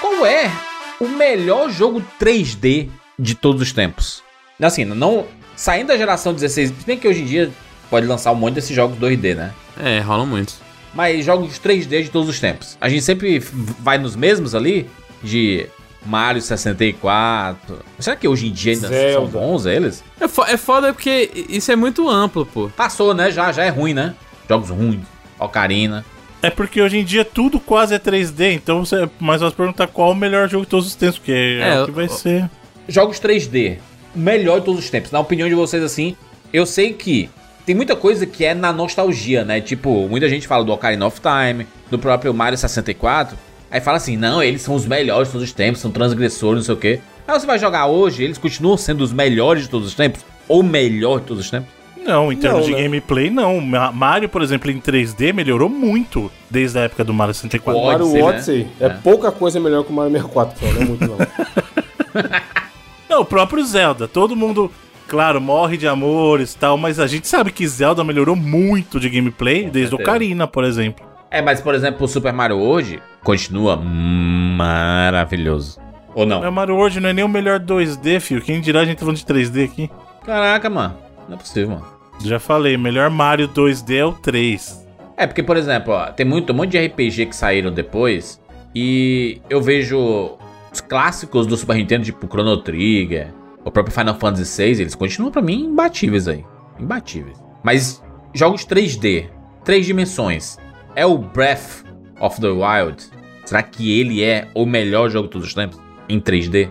Qual é o melhor jogo 3D de todos os tempos? Assim, não saindo da geração 16, se bem que hoje em dia pode lançar um monte desses jogos 2D, né? É, rola muito. Mas jogos 3D de todos os tempos. A gente sempre vai nos mesmos ali de Mario 64. Será que hoje em dia ainda são Zelda. bons eles? É, fo- é foda porque isso é muito amplo, pô. Passou, né? Já, já é ruim, né? Jogos ruins. Ocarina. É porque hoje em dia tudo quase é 3D, então você mais vai perguntar qual o melhor jogo de todos os tempos, porque é, É, o que vai eu- ser. Jogos 3D. Melhor de todos os tempos. Na opinião de vocês, assim, eu sei que tem muita coisa que é na nostalgia, né? Tipo, muita gente fala do Ocarina of Time, do próprio Mario 64. Aí fala assim, não, eles são os melhores de todos os tempos, são transgressores, não sei o quê. Aí você vai jogar hoje, eles continuam sendo os melhores de todos os tempos? Ou melhor de todos os tempos? Não, em termos Não, de né? gameplay, não. Ma- Mario, por exemplo, em 3D melhorou muito desde a época do Mario 64. Pode Mario ser, né? Odyssey é, É. pouca coisa melhor que o Mario 64, pessoal, não é muito não. Não, o próprio Zelda. Todo mundo, claro, morre de amores e tal, mas a gente sabe que Zelda melhorou muito de gameplay desde o certeza. Ocarina, por exemplo. É, mas por exemplo, o Super Mario hoje continua maravilhoso. Ou não? Mas o Mario World não é nem o melhor 2D, filho. Quem dirá a gente tá falando de 3D aqui? Caraca, mano. Não é possível, mano. Já falei, melhor Mario 2D é o 3. É, porque, por exemplo, ó, tem muito, um monte de RPG que saíram depois. E eu vejo os clássicos do Super Nintendo, tipo Chrono Trigger, o próprio Final Fantasy VI, eles continuam pra mim imbatíveis aí. Imbatíveis. Mas jogos 3D, três dimensões. É o Breath of the Wild. Será que ele é o melhor jogo de todos os tempos? Em 3D?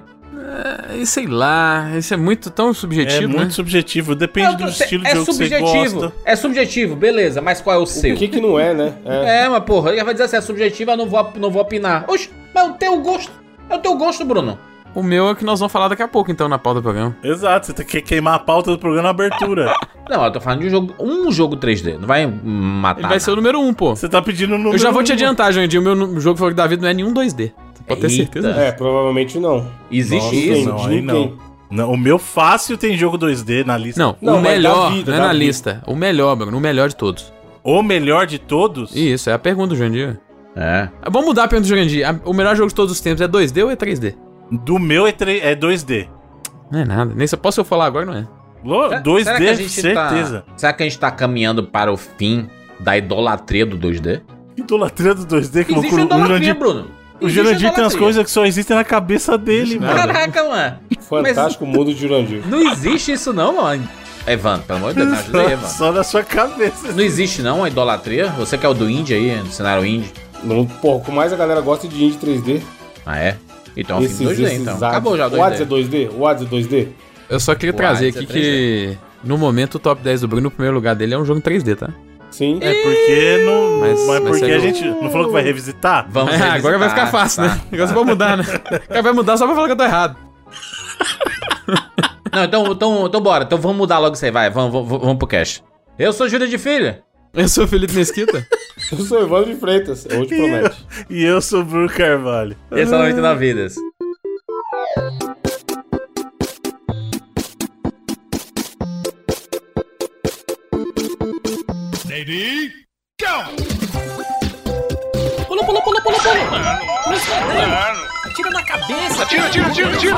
É, e sei lá, isso é muito tão é subjetivo, muito né? subjetivo, depende do estilo de é jogo que você subjetivo. gosta. é subjetivo, beleza, mas qual é o seu? o que que não é, né? É. É, mas porra, ele vai dizer assim, é subjetivo, eu não vou, não vou opinar. Oxe, mas o teu gosto, é o teu gosto, Bruno. O meu é que nós vamos falar daqui a pouco, então, na pauta do programa. Exato, você tem que queimar a pauta do programa na abertura. Não, eu tô falando de um jogo, um jogo 3D, não vai matar. Ele vai ser o número um, pô. você tá pedindo no. é Eu já um, vou te adiantar, Jandinho. O meu nu- jogo favorito da vida não é nenhum 2D. Você pode ter Eita. certeza. disso. É, provavelmente não. Existe Nossa, isso. Não, aí Ninguém. não. Não, O meu fácil tem jogo 2D na lista. Não, Não, o mas da melhor, vida, não é da na vida. lista. O melhor, Bruno, o melhor de todos. O melhor de todos? Isso, é a pergunta do Jandir. É. Ah, Vamos mudar a pergunta do Jandir. A- O melhor jogo de todos os tempos é 2D ou é 3D? Do meu é, 3, é 2D. Não é nada. Nem se eu posso eu falar agora, não é. Lo- Será- 2D, será que a gente certeza. tá- será que a gente tá caminhando para o fim da idolatria do 2D? Idolatria do 2D, que Existe loucura. O idolatria, Jurandir, Bruno. o Existe Jurandir tem umas idolatria. coisas que só existem na cabeça dele, mano. Caraca, mano. Fantástico mundo de Jurandir. Não existe isso não, mano. Evan, pelo amor tá de Deus, me ajuda aí, Evan. Só na sua cabeça. Não existe não a idolatria? Você que é o do indie aí, do cenário indie. Não, porra, com mais a galera gosta é de indie 3D. Ah, é? Então, é o fim do 2D, então. ads- Acabou já o 2D. O Ads é 2D? O Ads é 2D? Eu só queria Uai, trazer isso é aqui que, no momento, o top 10 do Bruno, no primeiro lugar dele, é um jogo 3D, tá? Sim. É porque não. Mas- Mas, mas porque segue a o- gente não falou que vai revisitar? Vamos É, revisitar, agora vai ficar fácil, tá? né? O negócio vai mudar, né? O cara vai mudar só pra falar que eu tô errado. Não, então, então, então bora. Então vamos mudar logo isso aí, vai. Vamos, vamos, vamos pro cast. Eu sou Júlio de Filho. Eu sou o Felipe Mesquita. Eu sou Evandro de Freitas, é hoje promete. E eu sou o Bruno Carvalho. E esse é o 99 Vidas. Pula, pula, pula, pula, pula. Não está dando. Atira na cabeça. Atira, atira, atira, atira. Atira,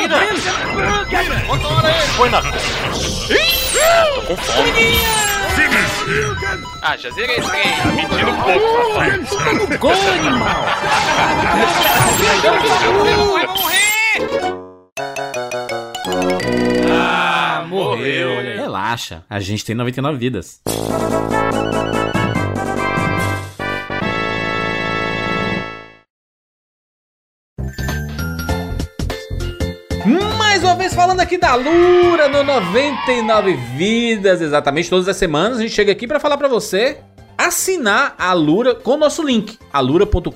atira. Atira. Põe na... Ih! Tô com fome. Ah, já zerei esse trem. Mentindo pouco. Gol, animal. Relaxa, a gente tem 99 vidas. Mais uma vez falando aqui da Lura no 99 Vidas, exatamente todas as semanas a gente chega aqui pra falar pra você assinar a Lura com o nosso link, alura.com.br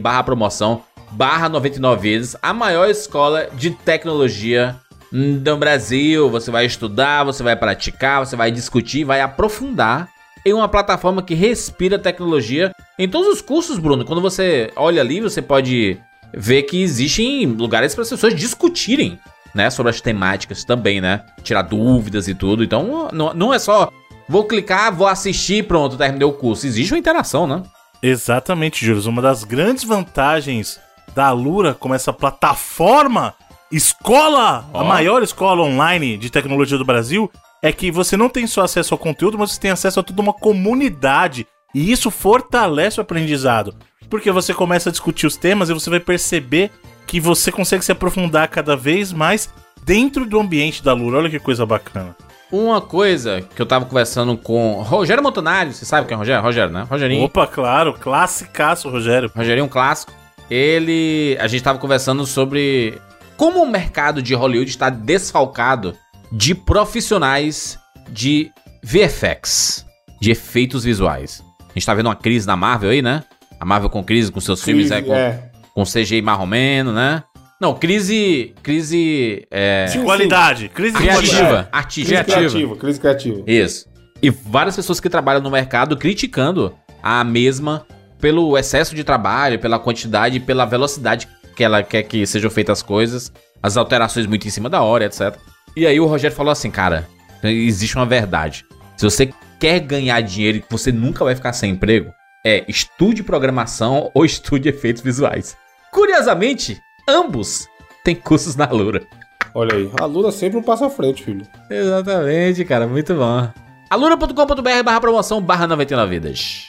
barra promoção barra 99 Vidas, a maior escola de tecnologia do Brasil. Você vai estudar, você vai praticar, você vai discutir, vai aprofundar em uma plataforma que respira tecnologia em todos os cursos, Bruno. Quando você olha ali, você pode ver que existem lugares para as pessoas discutirem, né, sobre as temáticas também, né? Tirar dúvidas e tudo. Então, não, não é só Vou clicar, vou assistir, pronto, terminei o curso. Existe uma interação, né? Exatamente, Júlio. Uma das grandes vantagens da Alura como essa plataforma escola, a maior escola online de tecnologia do Brasil, é que você não tem só acesso ao conteúdo, mas você tem acesso a toda uma comunidade. E isso fortalece o aprendizado. Porque você começa a discutir os temas e você vai perceber que você consegue se aprofundar cada vez mais dentro do ambiente da Alura. Olha que coisa bacana. Uma coisa que eu tava conversando com Rogério Montanari, você sabe quem é Rogério? Rogério, né? Rogerinho. Opa, claro, classicaço, Rogério. Rogerinho é um clássico. Ele. A gente tava conversando sobre como o mercado de Hollywood está desfalcado de profissionais de VFX, de efeitos visuais. A gente tá vendo uma crise na Marvel aí, né? A Marvel com crise, com seus filmes aí, Crise, com, é. com CGI marromeno, né? Não, crise. Crise. É, Sim, sim. Qualidade, crise de qualidade. criativa. Criativa. Artística. Crise Criativa. criativa, crise criativa. Isso. E várias pessoas que trabalham no mercado criticando a mesma pelo excesso de trabalho, pela quantidade, pela velocidade que ela quer que sejam feitas as coisas, as alterações muito em cima da hora, etc. E aí o Rogério falou assim, cara, existe uma verdade. Se você quer ganhar dinheiro e que você nunca vai ficar sem emprego, é estude programação ou estude efeitos visuais. Curiosamente, ambos têm cursos na Lura. Olha aí, a Lula sempre um passo à frente, filho. Exatamente, cara, muito bom. alura.com.br barra promoção barra 99 vidas.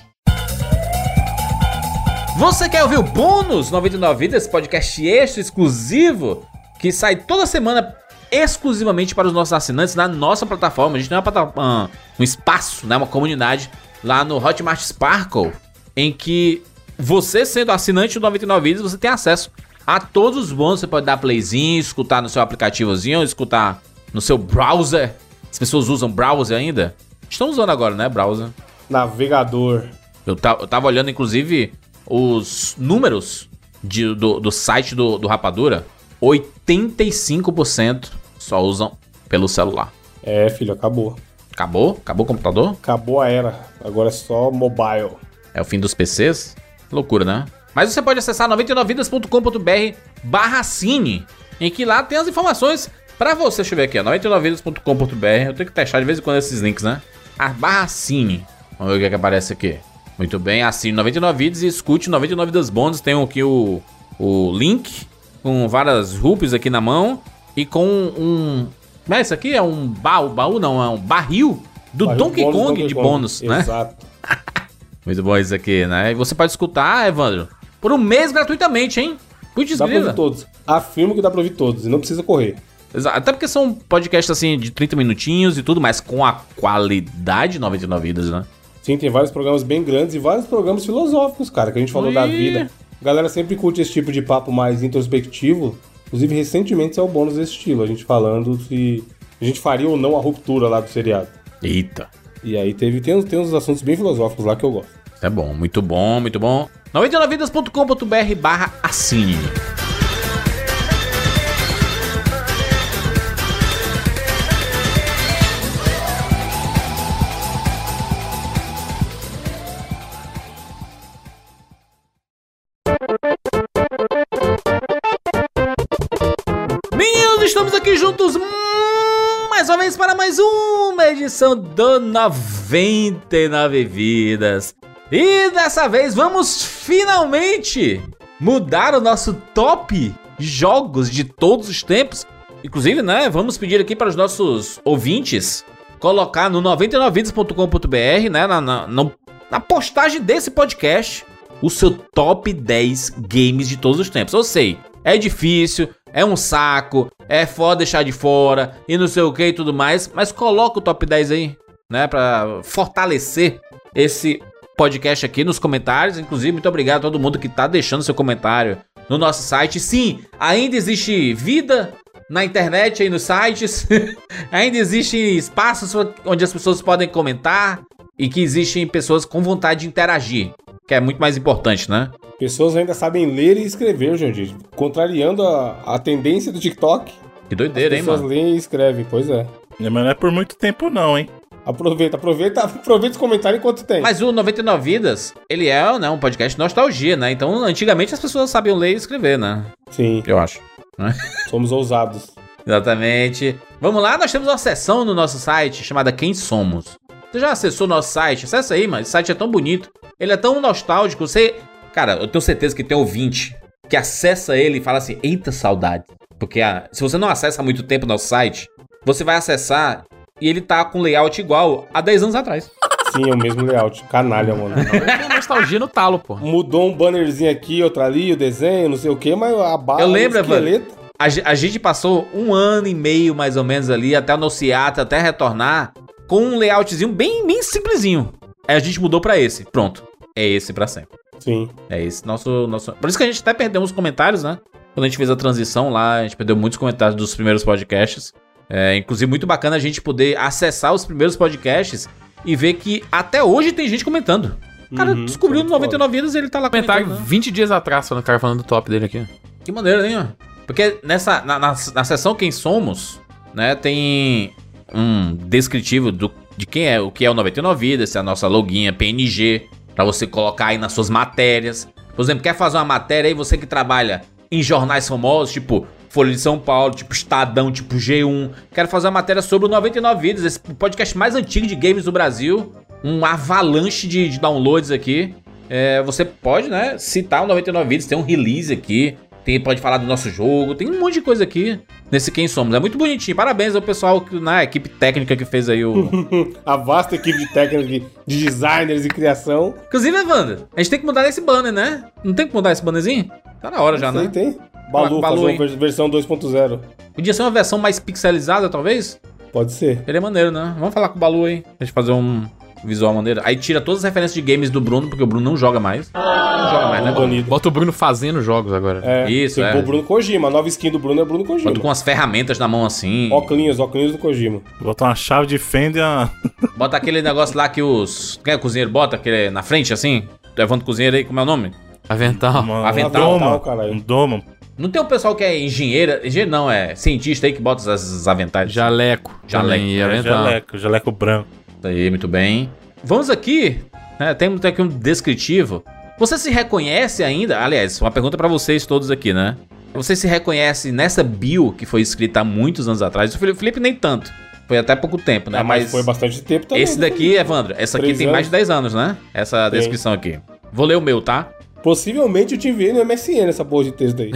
Você quer ouvir o bônus 99 vidas, podcast extra exclusivo que sai toda semana exclusivamente para os nossos assinantes na nossa plataforma. A gente tem uma plata- ah, um espaço, né, uma comunidade lá no Hotmart Sparkle em que você sendo assinante do 99 vidas, você tem acesso a todos os bônus, você pode dar playzinho, escutar no seu aplicativozinho, escutar no seu browser. As pessoas usam browser ainda? Estão usando agora, né, browser? Navegador. Eu, ta- eu tava olhando, inclusive, os números de- do, do site do, do Rapadura. 85% só usam pelo celular. É, filho, acabou. Acabou? Acabou o computador? Acabou a era. Agora é só mobile. É o fim dos PCs? Loucura, né? Mas você pode acessar 99vidas.com.br barra cine, em que lá tem as informações pra você. Deixa eu ver aqui, ó, 99vidas.com.br. Eu tenho que testar de vez em quando esses links, né? A barra cine. Vamos ver o que, é que aparece aqui. Muito bem, assine 99vidas e escute 99 das bônus. Tem aqui o, o link com várias rupias aqui na mão e com um... Como é isso aqui? É um baú, baú não, é um barril do Barril Donkey bônus, Kong de bônus, né? Exato. Muito bom isso aqui, né? E você pode escutar, Evandro, por um mês gratuitamente, hein? Putz, Dá pra grila. ouvir todos. Afirmo que dá pra ouvir todos e não precisa correr. Exa- Até porque são podcasts assim de 30 minutinhos e tudo, mas com a qualidade 99 vidas, né? Sim, tem vários programas bem grandes e vários programas filosóficos, cara, que a gente falou Ui. da vida. A galera sempre curte esse tipo de papo mais introspectivo. Inclusive, recentemente saiu bônus desse estilo, a gente falando se a gente faria ou não a ruptura lá do seriado. Eita. E aí teve, tem, uns- tem uns assuntos bem filosóficos lá que eu gosto. Isso é bom, muito bom, muito bom. 99vidas.com.br barra assine. Meninos, estamos aqui juntos hum, mais uma vez para mais uma edição do 99 Vidas. E dessa vez vamos finalmente mudar o nosso top jogos de todos os tempos. Inclusive, né, vamos pedir aqui para os nossos ouvintes colocar no 99vidas.com.br, né, na, na, no- na postagem desse podcast, o seu top 10 games de todos os tempos. Eu sei, é difícil, é um saco, é foda deixar de fora e não sei o que e tudo mais, mas coloca o top 10 aí, né, pra fortalecer esse podcast aqui nos comentários. Inclusive, muito obrigado a todo mundo que tá deixando seu comentário no nosso site. Sim, ainda existe vida na internet aí nos sites. ainda existem espaços onde as pessoas podem comentar e que existem pessoas com vontade de interagir, que é muito mais importante, né? Pessoas ainda sabem ler e escrever, gente. Contrariando a, a tendência do TikTok, Que doideira, hein, pessoas mano? leem e escrevem, pois é. É, mas não é por muito tempo, não, hein? Aproveita, aproveita, aproveita os comentários enquanto tem. Mas o 99 Vidas, ele é né, um podcast de nostalgia, né? Então, antigamente as pessoas sabiam ler e escrever, né? Sim, Eu acho. somos ousados. Exatamente. Vamos lá, nós temos uma seção no nosso site chamada Quem Somos. Você já acessou nosso site? Acessa aí, mano. Esse site é tão bonito. Ele é tão nostálgico. Você. Cara, eu tenho certeza que tem ouvinte que acessa ele e fala assim: eita saudade. Porque ah, se você não acessa há muito tempo nosso site, você vai acessar e ele tá com layout igual a 10 anos atrás. Sim, é o mesmo layout. Canalha, mano. Tem nostalgia no talo, pô. Mudou um bannerzinho aqui, outro ali, o desenho, não sei o que, mas a barra Eu lembro, o esqueleto. A, ge- a gente passou um ano e meio, mais ou menos, ali, até o Nociata, até retornar, com um layoutzinho bem, bem simplesinho. Aí a gente mudou pra esse. Pronto. É esse pra sempre. Sim. É esse nosso, nosso. Por isso que a gente até perdeu uns comentários, né? Quando a gente fez a transição lá, a gente perdeu muitos comentários dos primeiros podcasts. É, inclusive, muito bacana a gente poder acessar os primeiros podcasts e ver que até hoje tem gente comentando. O cara Uhum, descobriu foi no foda. 99 vidas e ele tá lá Comentário comentando. né? 20 dias atrás, falando o cara falando do top dele aqui. Que maneiro, hein? ó? Porque nessa, na, na, na seção Quem Somos, né, tem um descritivo do, de quem é, o que é o 99 Vidas, se é a nossa loguinha PNG, pra você colocar aí nas suas matérias. Por exemplo, quer fazer uma matéria aí, você que trabalha em jornais famosos, tipo Folha de São Paulo, tipo Estadão, tipo G1. Quero fazer uma matéria sobre o 99 Vidas, esse podcast mais antigo de games do Brasil. Um avalanche de, de downloads aqui. É, você pode, né, citar o 99 Vidas, tem um release aqui. Tem, pode falar do nosso jogo, tem um monte de coisa aqui nesse Quem Somos. É muito bonitinho. Parabéns ao pessoal, que- na equipe técnica que fez aí o. A vasta equipe de técnicos, de designers e criação. Inclusive, Evandro, a gente tem que mudar esse banner, né? Não tem que mudar esse bannerzinho? Tá na hora já, Isso aí né? tem. Balu, Ah, Balu, fazer uma hein? ver- versão 2.0. Podia ser uma versão mais pixelizada, talvez? Pode ser. Ele é maneiro, né? Vamos falar com o Balu aí. A gente fazer um visual maneiro. Aí tira todas as referências de games do Bruno, porque o Bruno não joga mais. Ah, Não joga mais, né, Bruno? Banido. Bota o Bruno fazendo jogos agora. É, Isso, tem que é. pôr o Bruno Kojima. A nova skin do Bruno é Bruno Kojima. Bota com as ferramentas na mão assim. Óculos, óculos do Kojima. Botar uma chave de fenda e uma... Bota aquele negócio lá que os. Quem é o cozinheiro? Bota aquele na frente assim. Levanta o cozinheiro aí, como é o nome? Ah, Avental. uma- Avental. um Avental, doma. caralho. Um doma. Não tem o pessoal que é engenheira, engenheiro não, é cientista aí que bota as- as aventais. Jaleco. Jaleco, também, E É, avental. jaleco, jaleco branco. Isso aí, muito bem. Vamos aqui, né, temos aqui um descritivo. Você se reconhece ainda? Aliás, uma pergunta pra vocês todos aqui, né? Você se reconhece nessa bio que foi escrita há muitos anos atrás? O Fili- Felipe nem tanto. Foi até pouco tempo, né? Ah, mas foi bastante tempo também. esse daqui, Evandro, essa aqui Três tem mais de 10 anos, né? Essa Tem. descrição aqui. Vou ler o meu, tá? Possivelmente eu te enviei no MSN essa porra de texto aí.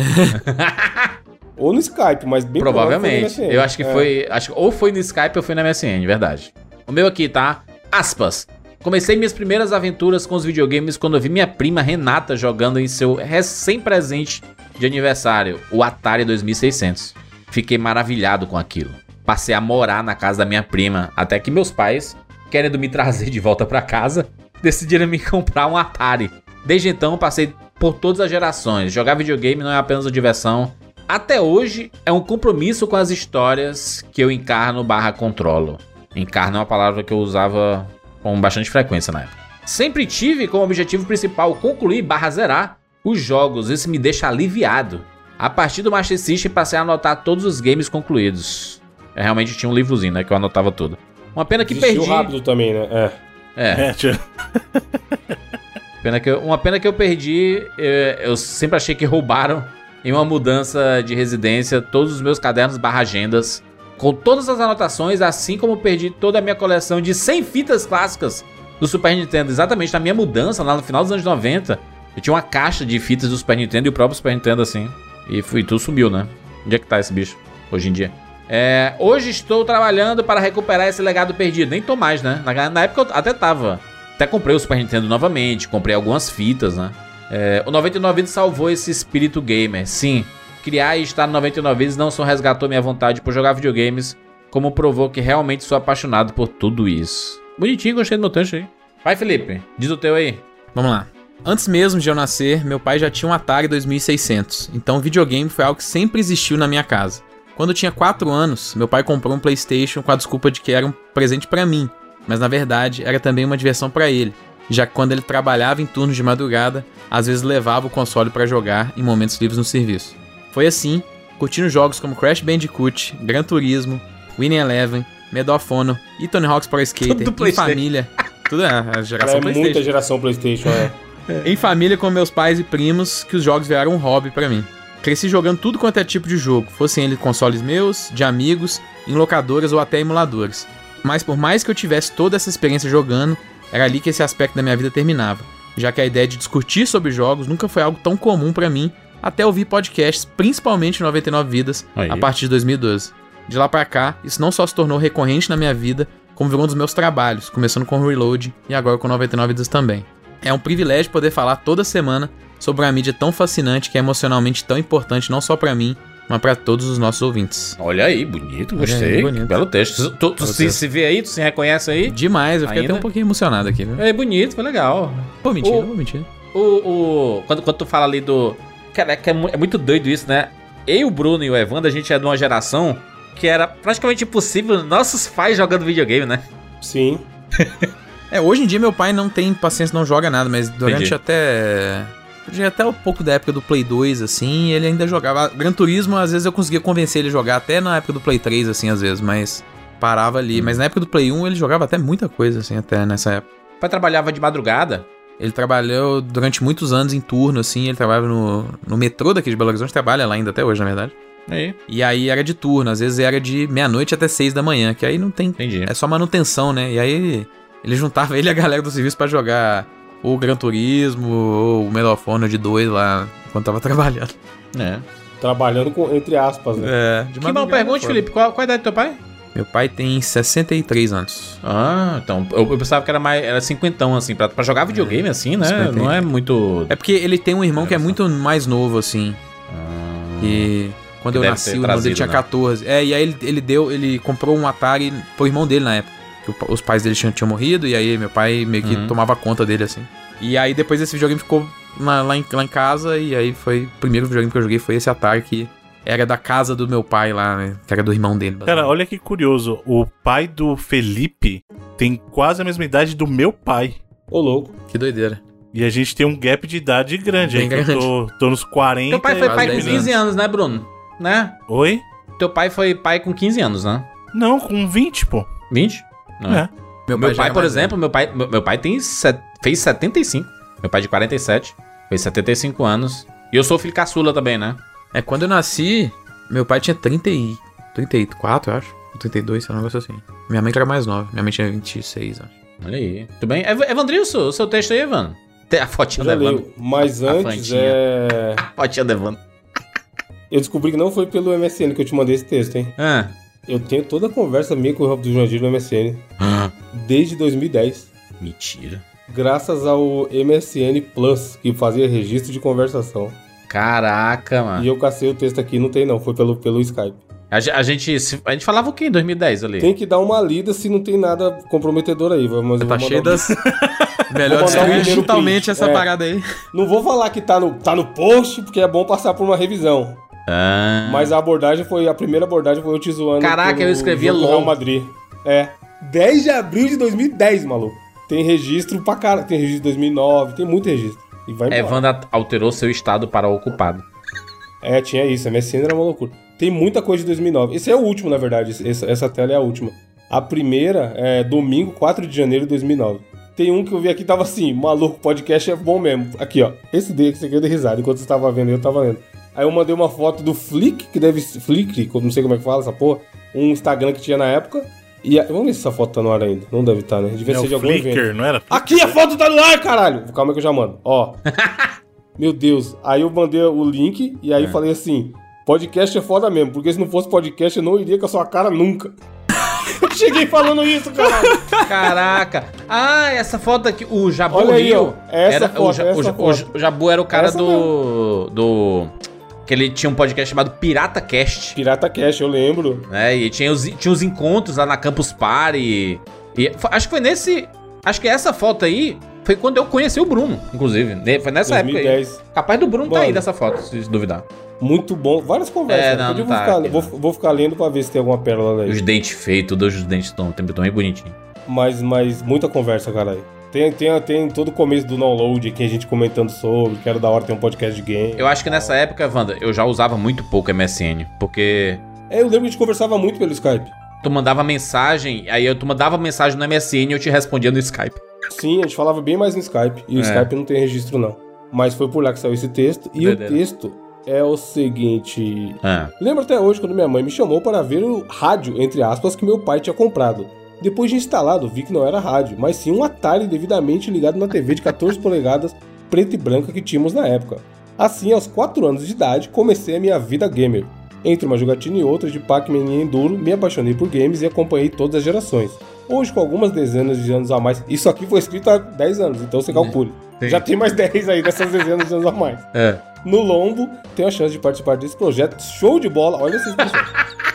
Ou no Skype, mas bem Provavelmente. Eu acho que foi. no MSN. É. foi. Acho, que ou foi no Skype ou foi na MSN, verdade. O meu aqui, tá? Aspas. Comecei minhas primeiras aventuras com os videogames quando eu vi minha prima Renata jogando em seu recém-presente de aniversário, o Atari 2600. Fiquei maravilhado com aquilo. Passei a morar na casa da minha prima, até que meus pais, querendo me trazer de volta pra casa, decidiram me comprar um Atari. Desde então, passei por todas as gerações. Jogar videogame não é apenas uma diversão, até hoje é um compromisso com as histórias que eu encarno barra controlo. Encarno é uma palavra que eu usava com bastante frequência na época. Sempre tive como objetivo principal concluir barra zerar os jogos, isso me deixa aliviado. A partir do Master System passei a anotar todos os games concluídos. Eu realmente tinha um livrozinho, né, que eu anotava tudo. Uma pena que Desistiu perdi... É. rápido também, né? É. É. É, tio. Pena que eu- uma pena que eu perdi, eh, eu sempre achei que roubaram em uma mudança de residência todos os meus cadernos barra agendas, com todas as anotações, assim como perdi toda a minha coleção de 100 fitas clássicas do Super Nintendo. Exatamente na minha mudança, lá no final dos anos 90, eu tinha uma caixa de fitas do Super Nintendo e o próprio Super Nintendo assim. E fui, tudo sumiu, né? Onde é que tá esse bicho hoje em dia? É, hoje estou trabalhando para recuperar esse legado perdido. Nem tô mais, né? Na, na época eu até tava. Até comprei o Super Nintendo novamente, comprei algumas fitas, né? É, o 99 Vidas salvou esse espírito gamer. Sim, criar e estar no 99 Vidas não só resgatou minha vontade por jogar videogames, como provou que realmente sou apaixonado por tudo isso. Bonitinho, gostei do meu tancho aí. Vai, Felipe, diz o teu aí. Vamos lá. Antes mesmo de eu nascer, meu pai já tinha um Atari 2600, então videogame foi algo que sempre existiu na minha casa. Quando eu tinha 4 anos, meu pai comprou um PlayStation com a desculpa de que era um presente pra mim, mas na verdade era também uma diversão pra ele, já que quando ele trabalhava em turnos de madrugada, às vezes levava o console pra jogar em momentos livres no serviço. Foi assim, curtindo jogos como Crash Bandicoot, Gran Turismo, Winning Eleven, Medal of Honor e Tony Hawk's Pro Skater, em PlayStation. família. Tudo é, a Cara, geração é PlayStation. muita geração PlayStation, é. Em família com meus pais e primos, que os jogos viraram um hobby pra mim. Cresci jogando tudo quanto é tipo de jogo, fossem ele consoles meus, de amigos, em locadoras ou até emuladores. Mas por mais que eu tivesse toda essa experiência jogando, era ali que esse aspecto da minha vida terminava, já que a ideia de discutir sobre jogos nunca foi algo tão comum pra mim, até ouvir podcasts, principalmente 99 Vidas, Aí. a partir de 2012. De lá pra cá, isso não só se tornou recorrente na minha vida, como virou um dos meus trabalhos, começando com o Reload e agora com 99 Vidas também. É um privilégio poder falar toda semana sobre uma mídia tão fascinante que é emocionalmente tão importante não só pra mim, mas pra todos os nossos ouvintes. Olha aí, bonito, Olha aí, gostei. bonito. Belo texto. Tu, tu se, texto. se vê aí, tu se reconhece aí? Demais, eu fiquei Ainda? até um pouquinho emocionado aqui, viu? É bonito, foi legal. Pô, mentira, O- pô, mentira. O, o- quando, quando tu fala ali do. Cara, é, que é mu- é muito doido isso, né? Eu, o Bruno e o Evandro, a gente é de uma geração que era praticamente impossível nossos pais jogando videogame, né? Sim. É, hoje em dia meu pai não tem paciência, não joga nada, mas durante Entendi. até. durante Até um pouco da época do Play 2, assim, ele ainda jogava. Gran Turismo, às vezes eu conseguia convencer ele a jogar, até na época do Play 3, assim, às vezes, mas parava ali. Mas na época do Play 1 ele jogava até muita coisa, assim, até nessa época. O pai trabalhava de madrugada. Ele trabalhou durante muitos anos em turno, assim, ele trabalhava no, no metrô daqui de Belo Horizonte, trabalha lá ainda até hoje, na verdade. Aí, E aí era de turno, às vezes era de meia-noite até seis da manhã, que aí não tem entendi. é só manutenção, né? E aí ele juntava ele e a galera do serviço pra jogar ou Gran Turismo ou o Melofone de dois lá enquanto tava trabalhando. É. Trabalhando com, entre aspas, né? É, de Que mal pergunte, Felipe. Qual, qual a idade do teu pai? Meu pai tem 63 anos. Ah, então. Eu, eu pensava que era mais. Era cinquentão, assim. Pra, pra jogar videogame, assim, né? cinquenta e- Não é muito. É porque ele tem um irmão que é Olha só. Ah, muito mais novo, assim. E quando Que eu deve nasci, ter o irmão dele trazido, tinha né? 14. É, e aí ele, ele deu, ele comprou um Atari pro irmão dele na época. Que o pa- os pais dele tinham, tinham morrido, e aí meu pai meio que Uhum. tomava conta dele, assim. E aí depois esse videogame ficou na- lá, em, lá em casa, e aí foi. O primeiro videogame que eu joguei foi esse Atari que era da casa do meu pai lá, né? Que era do irmão dele. Cara, olha que curioso. O pai do Felipe tem quase a mesma idade do meu pai. Ô, louco. Que doideira. E a gente tem um gap de idade grande. Bem aí, que eu grande. tô, tô nos 40. Teu pai foi Quase pai com 10 15 anos, né, Bruno? Né? Oi? Teu pai foi pai com 15 anos, né? Não, com 20, pô. 20? Não. Ah. É. Meu já pai, era por mais velho. exemplo, meu pai, meu, meu pai tem set- fez 75. Meu pai de 47, fez 75 anos. E eu sou filho caçula também, né? É, quando eu nasci, meu pai tinha 30 e... 34, eu acho. 32, sei lá, um negócio assim. Minha mãe que era mais nova. Minha mãe tinha 26, acho. Olha aí. Tudo bem? Ev Evandrilson, o seu texto aí, Evan. Tem a fotinha Eu do já Evandro. leio. Mas Tá A antes, plantinha. é... A fotinha do Evandro. eu descobri que não foi pelo MSN que eu te mandei esse texto, hein? Ah. Eu tenho toda a conversa minha com o Rob do Jandir no MSN desde 2010. Mentira. Graças ao MSN Plus, que fazia registro de conversação. Caraca, mano. E eu cacei o texto aqui, não tem não, foi pelo, pelo Skype. A, ge- a gente, se- a gente falava o quê em 2010 ali? Tem que dar uma lida se não tem nada comprometedor aí, mas eu Tá vou cheio mandar um- das melhores Vou mandar um críticas. primeiro Totalmente print, essa é. parada aí. Não vou falar que tá no, tá no post, porque é bom passar por uma revisão. Ah. Mas a abordagem foi, a primeira abordagem foi eu te zoando. Caraca, pelo eu escrevia jogo do LOL. Real Madrid. É. 10 de abril de 2010, maluco. Tem registro pra cara, tem registro de 2009, tem muito registro. E vai embora. Evandro alterou seu estado para ocupado. É, tinha isso. A MSN era uma loucura. Tem muita coisa de 2009. Esse é o último, na verdade. esse- Essa, essa tela é a última. A primeira é domingo, 4 de janeiro de 2009. Tem um que eu vi aqui tava assim, maluco, podcast é bom mesmo. Aqui, ó. Esse daqui, esse aqui eu dei risada. Enquanto você tava vendo, eu tava lendo. Aí eu mandei uma foto do Flick, que deve ser... Flick, eu não sei como é que fala essa porra. Um Instagram que tinha na época. E a... Vamos ver se essa foto tá no ar ainda. Não deve estar, né? Devia É ser de o um algum evento. Flickr, não era? Aqui a foto tá no ar, caralho! Calma que eu já mando. Ó. Meu Deus. Aí eu mandei o link e aí falei assim: podcast é foda mesmo, porque se não fosse podcast eu não iria com a sua cara nunca. eu cheguei falando isso, caralho. Caraca! Ah, essa foto aqui, o Jabu Olha aí, Rio. ó. Essa era, o, foto, Ja- o, essa Ja- o Ja- o Jabu era o cara Essa do. do. Que ele tinha um podcast chamado Pirata Cast. Pirata Cash, eu lembro. Né? E tinha os, tinha os encontros lá na Campus Party. E, fo- acho que foi nesse. Acho que essa foto aí foi quando eu conheci o Bruno, inclusive. né? Foi nessa época 2010. aí. Capaz do Bruno tá aí Mano. dessa foto, se duvidar. Muito bom. Várias conversas. É, né? não, Podia não tá ficar- aqui, vou, não. vou ficar lendo pra ver se tem alguma pérola Os aí. dentes feios, todos os dentes estão sempre tão bem bonitinhos. Mas, mas muita conversa, caralho. Tem, tem, tem todo o começo do download aqui, a gente comentando sobre, que era da hora ter um podcast de game. Eu acho que nessa época, Wanda, eu já usava muito pouco MSN, porque É, eu lembro que a gente conversava muito pelo Skype. tu mandava mensagem, aí eu- tu mandava mensagem no MSN e eu te respondia no Skype. Sim, a gente falava bem mais no Skype. E o É. Skype não tem registro, não. Mas foi por lá que saiu esse texto. E Doideira. o texto é o seguinte. Ah. um Lembro até hoje quando minha mãe me chamou para ver o rádio, entre aspas, que meu pai tinha comprado. Depois de instalado, vi que não era rádio, mas sim um Atari devidamente ligado na TV de 14 polegadas preta e branca que tínhamos na época. Assim, aos 4 anos de idade, comecei a minha vida gamer. Entre uma jogatina e outra de Pac-Man e Enduro, me apaixonei por games e acompanhei todas as gerações. Hoje, com algumas dezenas de anos a mais, isso aqui foi escrito há 10 anos, então você calcule. Sim. Já tem mais 10 aí dessas dezenas de anos a mais É. no Lombo, tem a chance de participar desse projeto show de bola, olha essa expressão,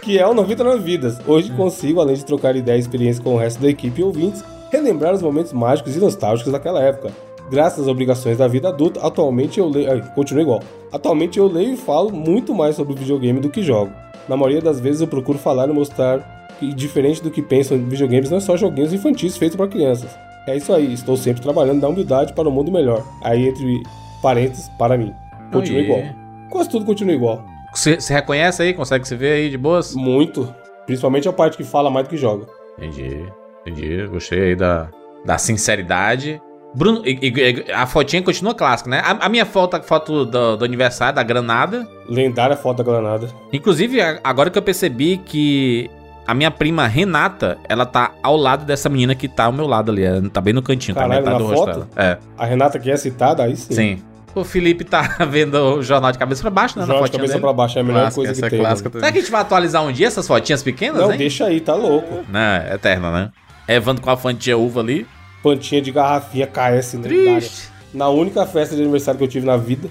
que é o 99 Vidas. Hoje consigo, além de trocar ideia e experiência com o resto da equipe e ouvintes, relembrar os momentos mágicos e nostálgicos daquela época. Graças às obrigações da vida adulta, atualmente eu leio. Ai, continua igual. Atualmente eu leio e falo muito mais sobre videogame do que jogo. Na maioria das vezes eu procuro falar e mostrar que, diferente do que pensam, videogames não é só joguinhos infantis feitos para crianças. É isso aí, estou sempre trabalhando na humildade para um mundo melhor. Aí, entre parênteses, para mim. Continua Oiê. igual. Quase tudo continua igual. Você você reconhece aí? Consegue se ver aí de boas? Muito. Principalmente a parte que fala mais do que joga. Entendi, entendi. Gostei aí da, da sinceridade. Bruno, e- e- e- a fotinha continua clássica, né? A, a minha foto, a foto do, do aniversário, da granada. Lendária foto da granada. Inclusive, a- agora que eu percebi que a minha prima Renata, ela tá ao lado dessa menina que tá ao meu lado ali. Ela tá bem no cantinho, Caralho, tá metade na do rosto foto? dela. É, A Renata que é citada, aí sim. sim. O Felipe tá vendo o jornal de cabeça pra baixo, né? Joga de fotinha cabeça dele. pra baixo é a melhor Clássica, coisa essa que é tem. clássica mano. Será que a gente vai atualizar um dia essas fotinhas pequenas, Não, hein? deixa aí, tá louco. Não, é eterna, né? Evando com a fã de uva ali. Pantinha de garrafinha KS lendária. Triste. Na única festa de aniversário que eu tive na vida.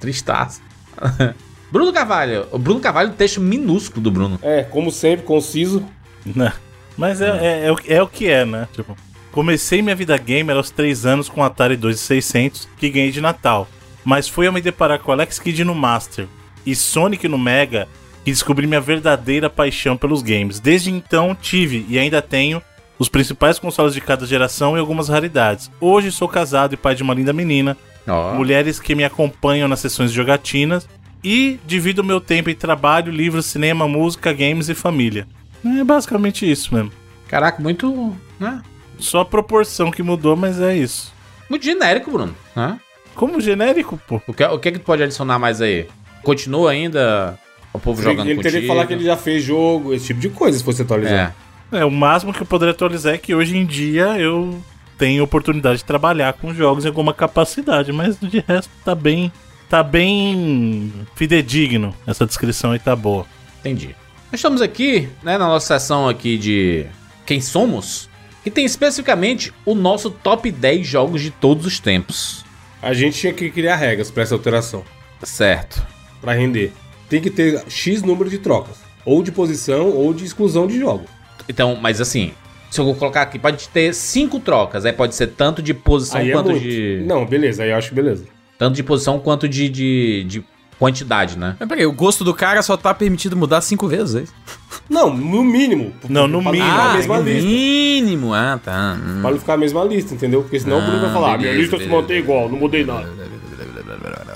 Tristaço. Bruno Carvalho. O Bruno Carvalho, um texto minúsculo do Bruno. É, como sempre, conciso. Né? Mas é, é, é o, é o que é, né? Tipo, comecei minha vida gamer aos 3 anos com o Atari 2600, que ganhei de Natal. Mas fui ao me deparar com Alex Kidd no Master e Sonic no Mega que descobri minha verdadeira paixão pelos games. Desde então tive e ainda tenho os principais consoles de cada geração e algumas raridades. Hoje sou casado e pai de uma linda menina, Ó. mulheres que me acompanham nas sessões de jogatinas e divido meu tempo em trabalho, livros, cinema, música, games e família. É basicamente isso mesmo. Caraca, muito. Né? Só a proporção que mudou, mas é isso. Muito genérico, Bruno. né? Como genérico, pô. O que, o que é que tu pode adicionar mais aí? Continua ainda o povo jogando ele ele teria que falar que ele já fez jogo, esse tipo de coisa, se fosse atualizar. É. É, o máximo que eu poderia atualizar é que hoje em dia eu tenho oportunidade de trabalhar com jogos em alguma capacidade, mas de resto tá bem. Tá bem fidedigno. Essa descrição aí tá boa. Entendi. Nós estamos aqui, né, na nossa sessão aqui de Quem Somos, que tem especificamente o nosso top 10 jogos de todos os tempos. A gente tinha que criar regras pra essa alteração. Certo. Pra render. Tem que ter X número de trocas. Ou de posição, ou de exclusão de jogo. Então, mas assim, se eu colocar aqui, pode ter cinco trocas, aí pode ser tanto de posição Aí é quanto muito. de. Não, beleza, aí eu acho beleza. Tanto de posição quanto de, de, de quantidade, né? Mas É, peraí, o gosto do cara só tá permitido mudar cinco vezes, é isso? Não, no mínimo. Não, no pra mínimo. Não ficar Ah, a mesma no lista. mínimo. Ah, tá. Hum. Pra não ficar a mesma lista, entendeu? Porque senão o Bruno vai falar, "Ah, minha beleza, lista eu se beleza. mantém igual, não mudei nada.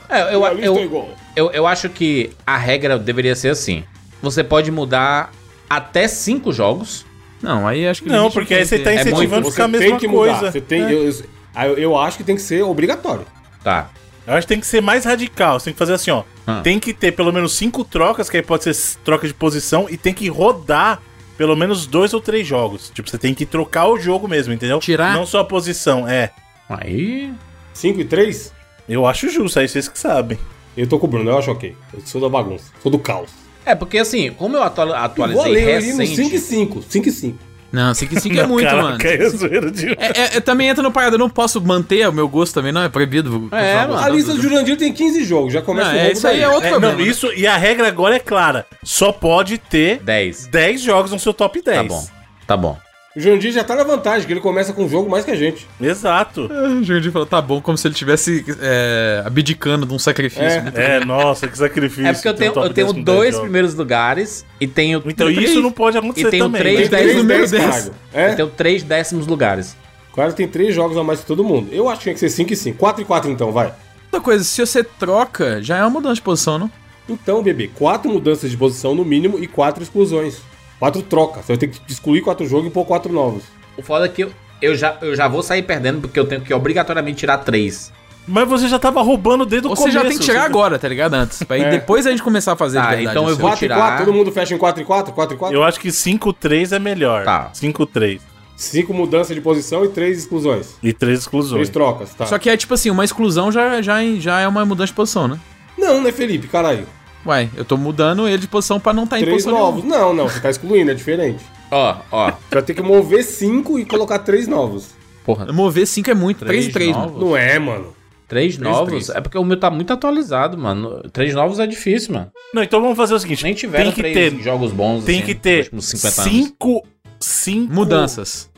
É, eu, minha lista eu, é igual. eu, eu acho que a regra deveria ser assim: você pode mudar até cinco jogos. Não, aí acho que... Não, limite porque tem aí você que- tá é incentivando muito- vai ficar a mesma tem que mudar. coisa. Você tem, É. eu, eu, eu acho que tem que ser obrigatório. Tá. Eu acho que tem que ser mais radical. Você tem que fazer assim, ó. Ah. Tem que ter pelo menos cinco trocas, que aí pode ser s- troca de posição, e tem que rodar pelo menos dois ou três jogos. Tipo, você tem que trocar o jogo mesmo, entendeu? Tirar? Não só a posição, é. Aí. 5 e 3, Eu acho justo, aí vocês que sabem. eu tô com o Bruno, eu acho ok. Eu sou da bagunça, sou do caos. É, porque assim, como eu atu- Eu vou atualizei ler ali no 5 e recente. 5. 5 e 5. Não, 5 e 5 é muito, Caraca, mano. é zoeira de... É, é- é, também entra no parada, eu não posso manter o meu gosto também, não, é proibido. É, Não, mano. A lista do Jurandir tem 15 jogos, já começa Não, o é, jogo isso aí daí. é outro né? É, problema. não, isso... E a regra agora é clara. Só pode ter 10. 10 jogos no seu top 10. Tá bom. Tá bom. O Jurandir já tá na vantagem, que ele começa com um jogo mais que a gente. Exato. Ah, O Jurandir falou, tá bom, como se ele estivesse é, abdicando de um sacrifício. É. né? É, nossa, que sacrifício. é porque eu ter tenho, um top eu tenho 10 com 10 dois jogos. primeiros lugares e tenho. Então três- isso não pode acontecer E tem um também. três, né? Tem dez 3 no meu 10, dez. caralho. É, Eu tenho três décimos lugares. o cara tem 3 jogos a mais que todo mundo. Eu acho que tinha que ser 5 e 5. 4 e 4 então, vai. Outra coisa, se você troca, já é uma mudança de posição, não? Então, bebê, quatro mudanças de posição no mínimo e quatro exclusões. Quatro trocas. Você vai ter que excluir quatro jogos e pôr quatro novos. O foda é que eu, eu já, eu já vou sair perdendo porque eu tenho que obrigatoriamente tirar três. Mas você já tava roubando desde o Ou começo. você já tem que tirar você- agora, tá ligado? Antes. Pra aí É. Ah, depois a gente começar a fazer Tá, de verdade. então eu assim. vou Em atirar. quatro, todo mundo fecha em 4 em 4, 4 em 4. Eu acho que 5-3 é melhor. Tá. 5-3. 5 mudanças de posição e 3 exclusões. E 3 3 exclusões. trocas, tá. Só que é tipo assim, uma exclusão já, já, já é uma mudança de posição, né? Não, né, Felipe? Caralho. Ué, eu tô mudando ele de posição pra não estar tá em Três posição novos. Não, não, você tá excluindo, é diferente. Ó, ó. Você vai ter que mover 5 e colocar 3 novos. nenhuma. Mover 5 é muito. 3 e 3, mano. Não é, mano. Três novos? três. É porque o meu tá muito atualizado, mano. Três novos é difícil, mano. Não, então vamos fazer o seguinte. Nem tiveram tem que três ter, jogos bons tem assim, que nos ter últimos 50 anos. 5 cinco Mudanças.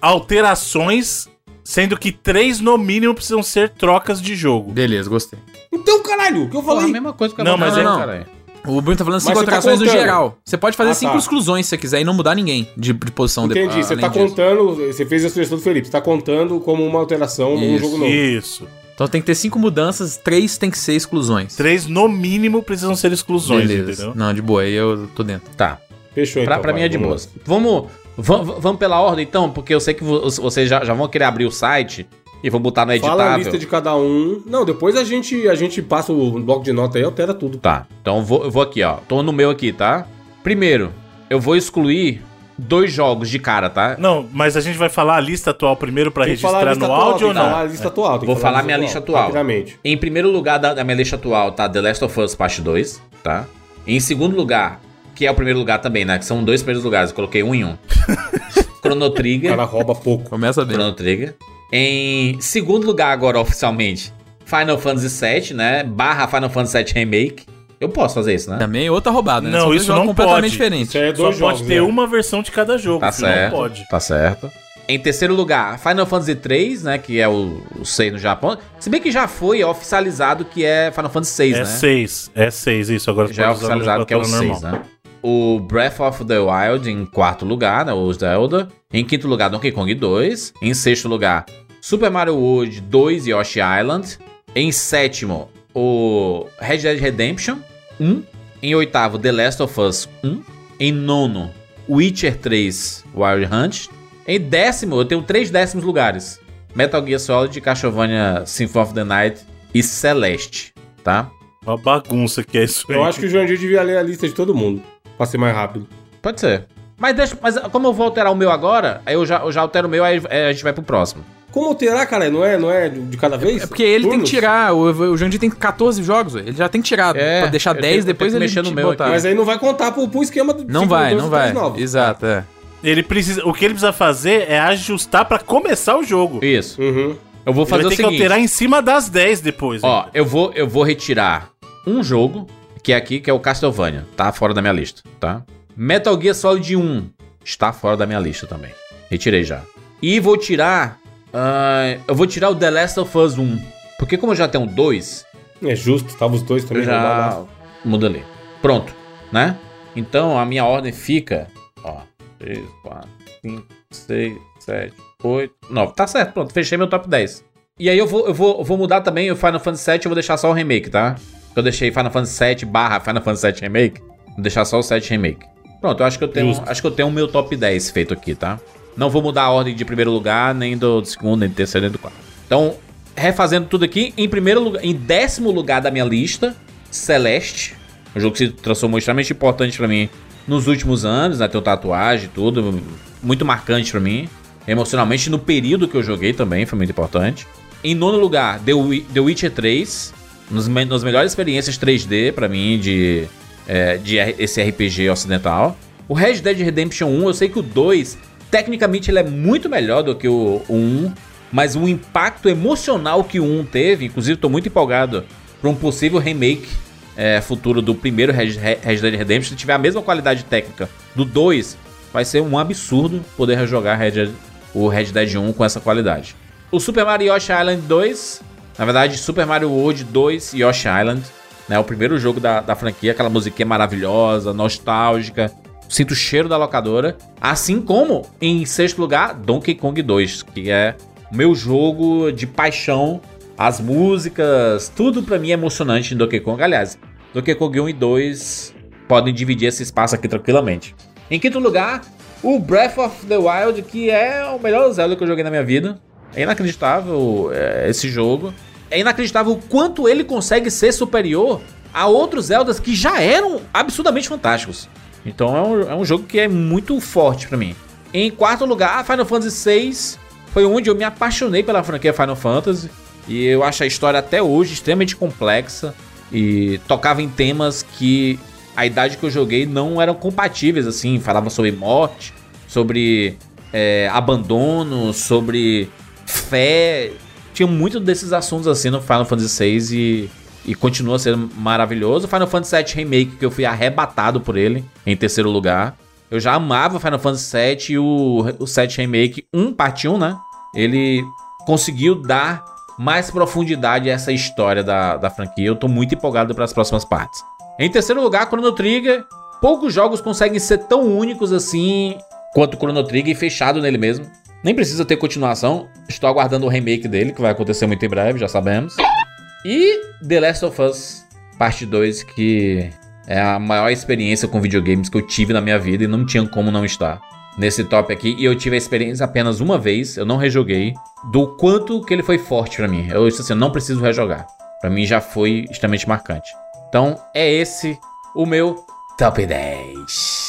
alterações, sendo que 3 no mínimo precisam ser trocas de jogo. Beleza, gostei. Então, caralho, o que eu Porra, a falei? mesma coisa que a Não, Batalha, mas é- não, caralho. O Bruno tá falando Mas 5 você tá alterações no contando. geral. Você pode fazer Ah, 5 tá. exclusões se você quiser e não mudar ninguém de, de posição Entendi, depois. você além tá disso. contando, você fez a sugestão do Felipe, você tá contando como uma alteração, um Isso. jogo novo. Isso. Então tem que ter 5 mudanças, 3 tem que ser exclusões. 3 no mínimo precisam ser exclusões, Beleza. entendeu? Não, de boa, aí eu tô dentro. Tá. Fechou, Pra, então. pra mim vai, é de vamos lá. boas. Vamos, vamos, vamos pela ordem, então, porque eu sei que vo- vocês já, já vão querer abrir o site e vão botar no É editável. Fala a lista de cada um. Não, depois a gente, a gente passa o bloco de nota aí, altera tudo. Tá, então eu vou, eu vou aqui, ó. Tô no meu aqui, tá? Primeiro, eu vou excluir dois jogos de cara, tá? Não, mas a gente vai falar a lista atual primeiro pra Tem que falar a registrar lista no atual, áudio ou tem que falar não? a lista atual. tem Vou que falar minha lista atual. Rapidamente. Em primeiro lugar da, da minha lista atual tá The Last of Us Parte 2, tá? Em segundo lugar, que é o primeiro lugar também, né? Que são dois primeiros lugares, eu coloquei um em um. Chrono O Trigger. cara rouba pouco. Começa bem. Chrono Trigger. Em segundo lugar agora, oficialmente, Final Fantasy VII, né? Barra Final Fantasy VII Remake. Eu posso fazer isso, né? Também é outra roubada, né? Não, São dois isso jogos não completamente pode. diferentes. Isso aí é Só dois jogos, pode ter né? uma versão de cada jogo, Tá senão certo. não pode. Tá certo. Em terceiro lugar, Final Fantasy 3, né? Que é o, o 6 no Japão. Se bem que já foi oficializado que é Final Fantasy 6, É né? 6, é 6 isso, agora você Já é pode usar a oficializado que é o nomenclatura 6, né? O Breath of the Wild em quarto lugar, né? O Zelda. Em quinto lugar, Donkey Kong 2. Em sexto lugar, Super Mario World 2 e Yoshi Island. Em sétimo, o Red Dead Redemption 1. Em oitavo, The Last of Us 1. Em nono, Witcher 3 Wild Hunt. Em décimo, eu tenho três décimos lugares. Metal Gear Solid, Castlevania Symphony of the Night e Celeste, tá? Uma bagunça que é isso aí. Eu acho que o Jandir devia ler a lista de todo mundo. Pra ser mais rápido. Pode ser. Mas deixa, mas ah, como eu vou alterar o meu agora, aí eu já, eu já altero o meu, aí é, a gente vai pro próximo. Como alterar, cara? Não é, não é de cada vez? É porque ele tem que Turnos? tirar. O, o Jandir tem 14 jogos, ué, ele já tem que tirar. É, pra deixar eu 10, tenho- eu depois tenho ele que mexer no te meu aqui. Mas aí não vai contar pro, pro esquema do Não cinco, vai, dois, tá não três vai. novos. Exato, é. Ele precisa, o que ele precisa fazer é ajustar pra começar o jogo. Ele Isso. Uhum. Eu vou fazer vai o ter que seguinte. alterar em cima das 10 depois. Ó, ainda. eu vou, eu vou retirar um jogo, que é aqui, que é o Castlevania. Tá fora da minha lista, tá? Metal Gear Solid 1 está fora da minha lista também. Retirei já. E vou tirar. ah, eu vou tirar o The Last of Us 1. Porque como eu já tenho dois, É justo, tava os dois Eu também né? roubados. já muda ali. Pronto, né? Então a minha ordem fica, ó, 3, 4, 5, 6, 7, 8, 9. Tá certo, pronto, fechei meu top 10. E aí eu vou, eu vou, eu vou mudar também o Final Fantasy VII, eu vou deixar só o remake, tá? Eu deixei Final Fantasy VII barra Final Fantasy VII Remake, vou deixar só o 7 Remake. Pronto, eu acho que eu tenho, acho que eu tenho o meu top 10 feito aqui, tá? Não vou mudar a ordem de primeiro lugar, nem do segundo, nem do terceiro, nem do quarto. Então, refazendo tudo aqui, em primeiro lugar, em décimo lugar da minha lista, Celeste, um jogo que se transformou extremamente importante pra mim nos últimos anos, né? Tem tatuagem e tudo, muito marcante pra mim. Emocionalmente, no período que eu joguei também, foi muito importante. Em nono lugar, The, Wi- The Witcher 3, nos me- das melhores experiências 3D pra mim de, é, de R- esse RPG ocidental. O Red Dead Redemption 1, eu sei que o 2, tecnicamente, ele é muito melhor do que o, o 1, mas o impacto emocional que o 1 teve, inclusive, tô muito empolgado pra um possível remake é, futuro do primeiro Red Red- Red Dead Redemption se tiver a mesma qualidade técnica do 2, vai ser um absurdo poder jogar Red Dead- o Red Dead 1 com essa qualidade. O Super Mario Yoshi Island 2, na verdade, Super Mario World 2 e Yoshi Island, né, o primeiro jogo da, da franquia, aquela musiquinha maravilhosa, nostálgica, sinto o cheiro da locadora, assim como, em sexto lugar, Donkey Kong 2, que é o meu jogo de paixão, as músicas, tudo pra mim é emocionante em Donkey Kong, aliás, Donkey Kong 1 e 2 podem dividir esse espaço aqui tranquilamente. Em quinto lugar, o Breath of the Wild, que é o melhor Zelda que eu joguei na minha vida. É inacreditável é, esse jogo. é inacreditável o quanto ele consegue ser superior a outros Zeldas que já eram absurdamente fantásticos. Então é um, é um jogo que é muito forte pra mim. Em quarto lugar, Final Fantasy VI foi onde eu me apaixonei pela franquia Final Fantasy. E eu acho a história até hoje extremamente complexa e tocava em temas que a idade que eu joguei não eram compatíveis, assim. Falavam sobre morte, sobre é, abandono, sobre fé. Tinha muito desses assuntos assim no Final Fantasy VI e, e continua sendo maravilhoso. Final Fantasy VII Remake, que eu fui arrebatado por ele, em terceiro lugar. Eu já amava Final Fantasy VII e o, o VII Remake 1, parte 1, né? Ele conseguiu dar mais profundidade a essa história da, da franquia. Eu tô muito empolgado para as próximas partes. Em terceiro lugar, Chrono Trigger. Poucos jogos conseguem ser tão únicos assim quanto Chrono Trigger e fechado nele mesmo. Nem precisa ter continuação. Estou aguardando o remake dele, que vai acontecer muito em breve, já sabemos. E The Last of Us Parte 2, que é a maior experiência com videogames que eu tive na minha vida e não tinha como não estar nesse top aqui. E eu tive a experiência apenas uma vez, eu não rejoguei, do quanto que ele foi forte pra mim. Eu disse assim, eu não preciso rejogar. Pra mim já foi extremamente marcante. Então é esse o meu top 10.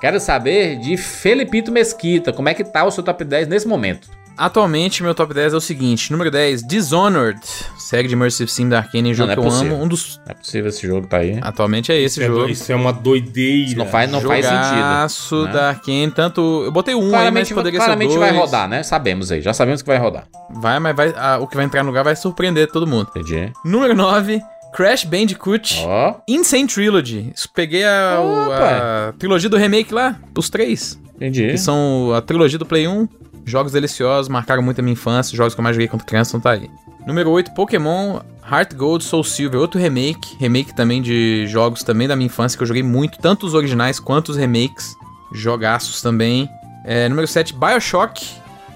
Quero saber de Felipito Mesquita, como é que tá o seu top 10 nesse momento? Atualmente, meu top 10 é o seguinte: número 10, Dishonored, série de Immersive Sim da Arkane, jogo não é que eu possível. amo. Um dos. Não é possível esse jogo tá aí. Atualmente é esse é do- jogo. Isso é uma doideira. Não faz, não faz sentido. Jogaço né? da Arkane, tanto. Eu botei um aí, mas Claramente, poderia claramente ser dois. vai rodar, né? Sabemos aí, já sabemos que vai rodar. Vai, mas vai, ah, o que vai entrar no lugar vai surpreender todo mundo. Entendi. Número 9, Crash Bandicoot. Ó. Insane Trilogy. Isso, Peguei a, o- a trilogia do remake lá, os três. Entendi. Que são a trilogia do Play 1. Jogos deliciosos, marcaram muito a minha infância. Jogos que eu mais joguei quando criança, então tá aí. Número 8, Pokémon Heart Gold Soul Silver. Outro remake. Remake também de jogos também da minha infância, que eu joguei muito. Tanto os originais quanto os remakes. Jogaços também. É, número 7, Bioshock.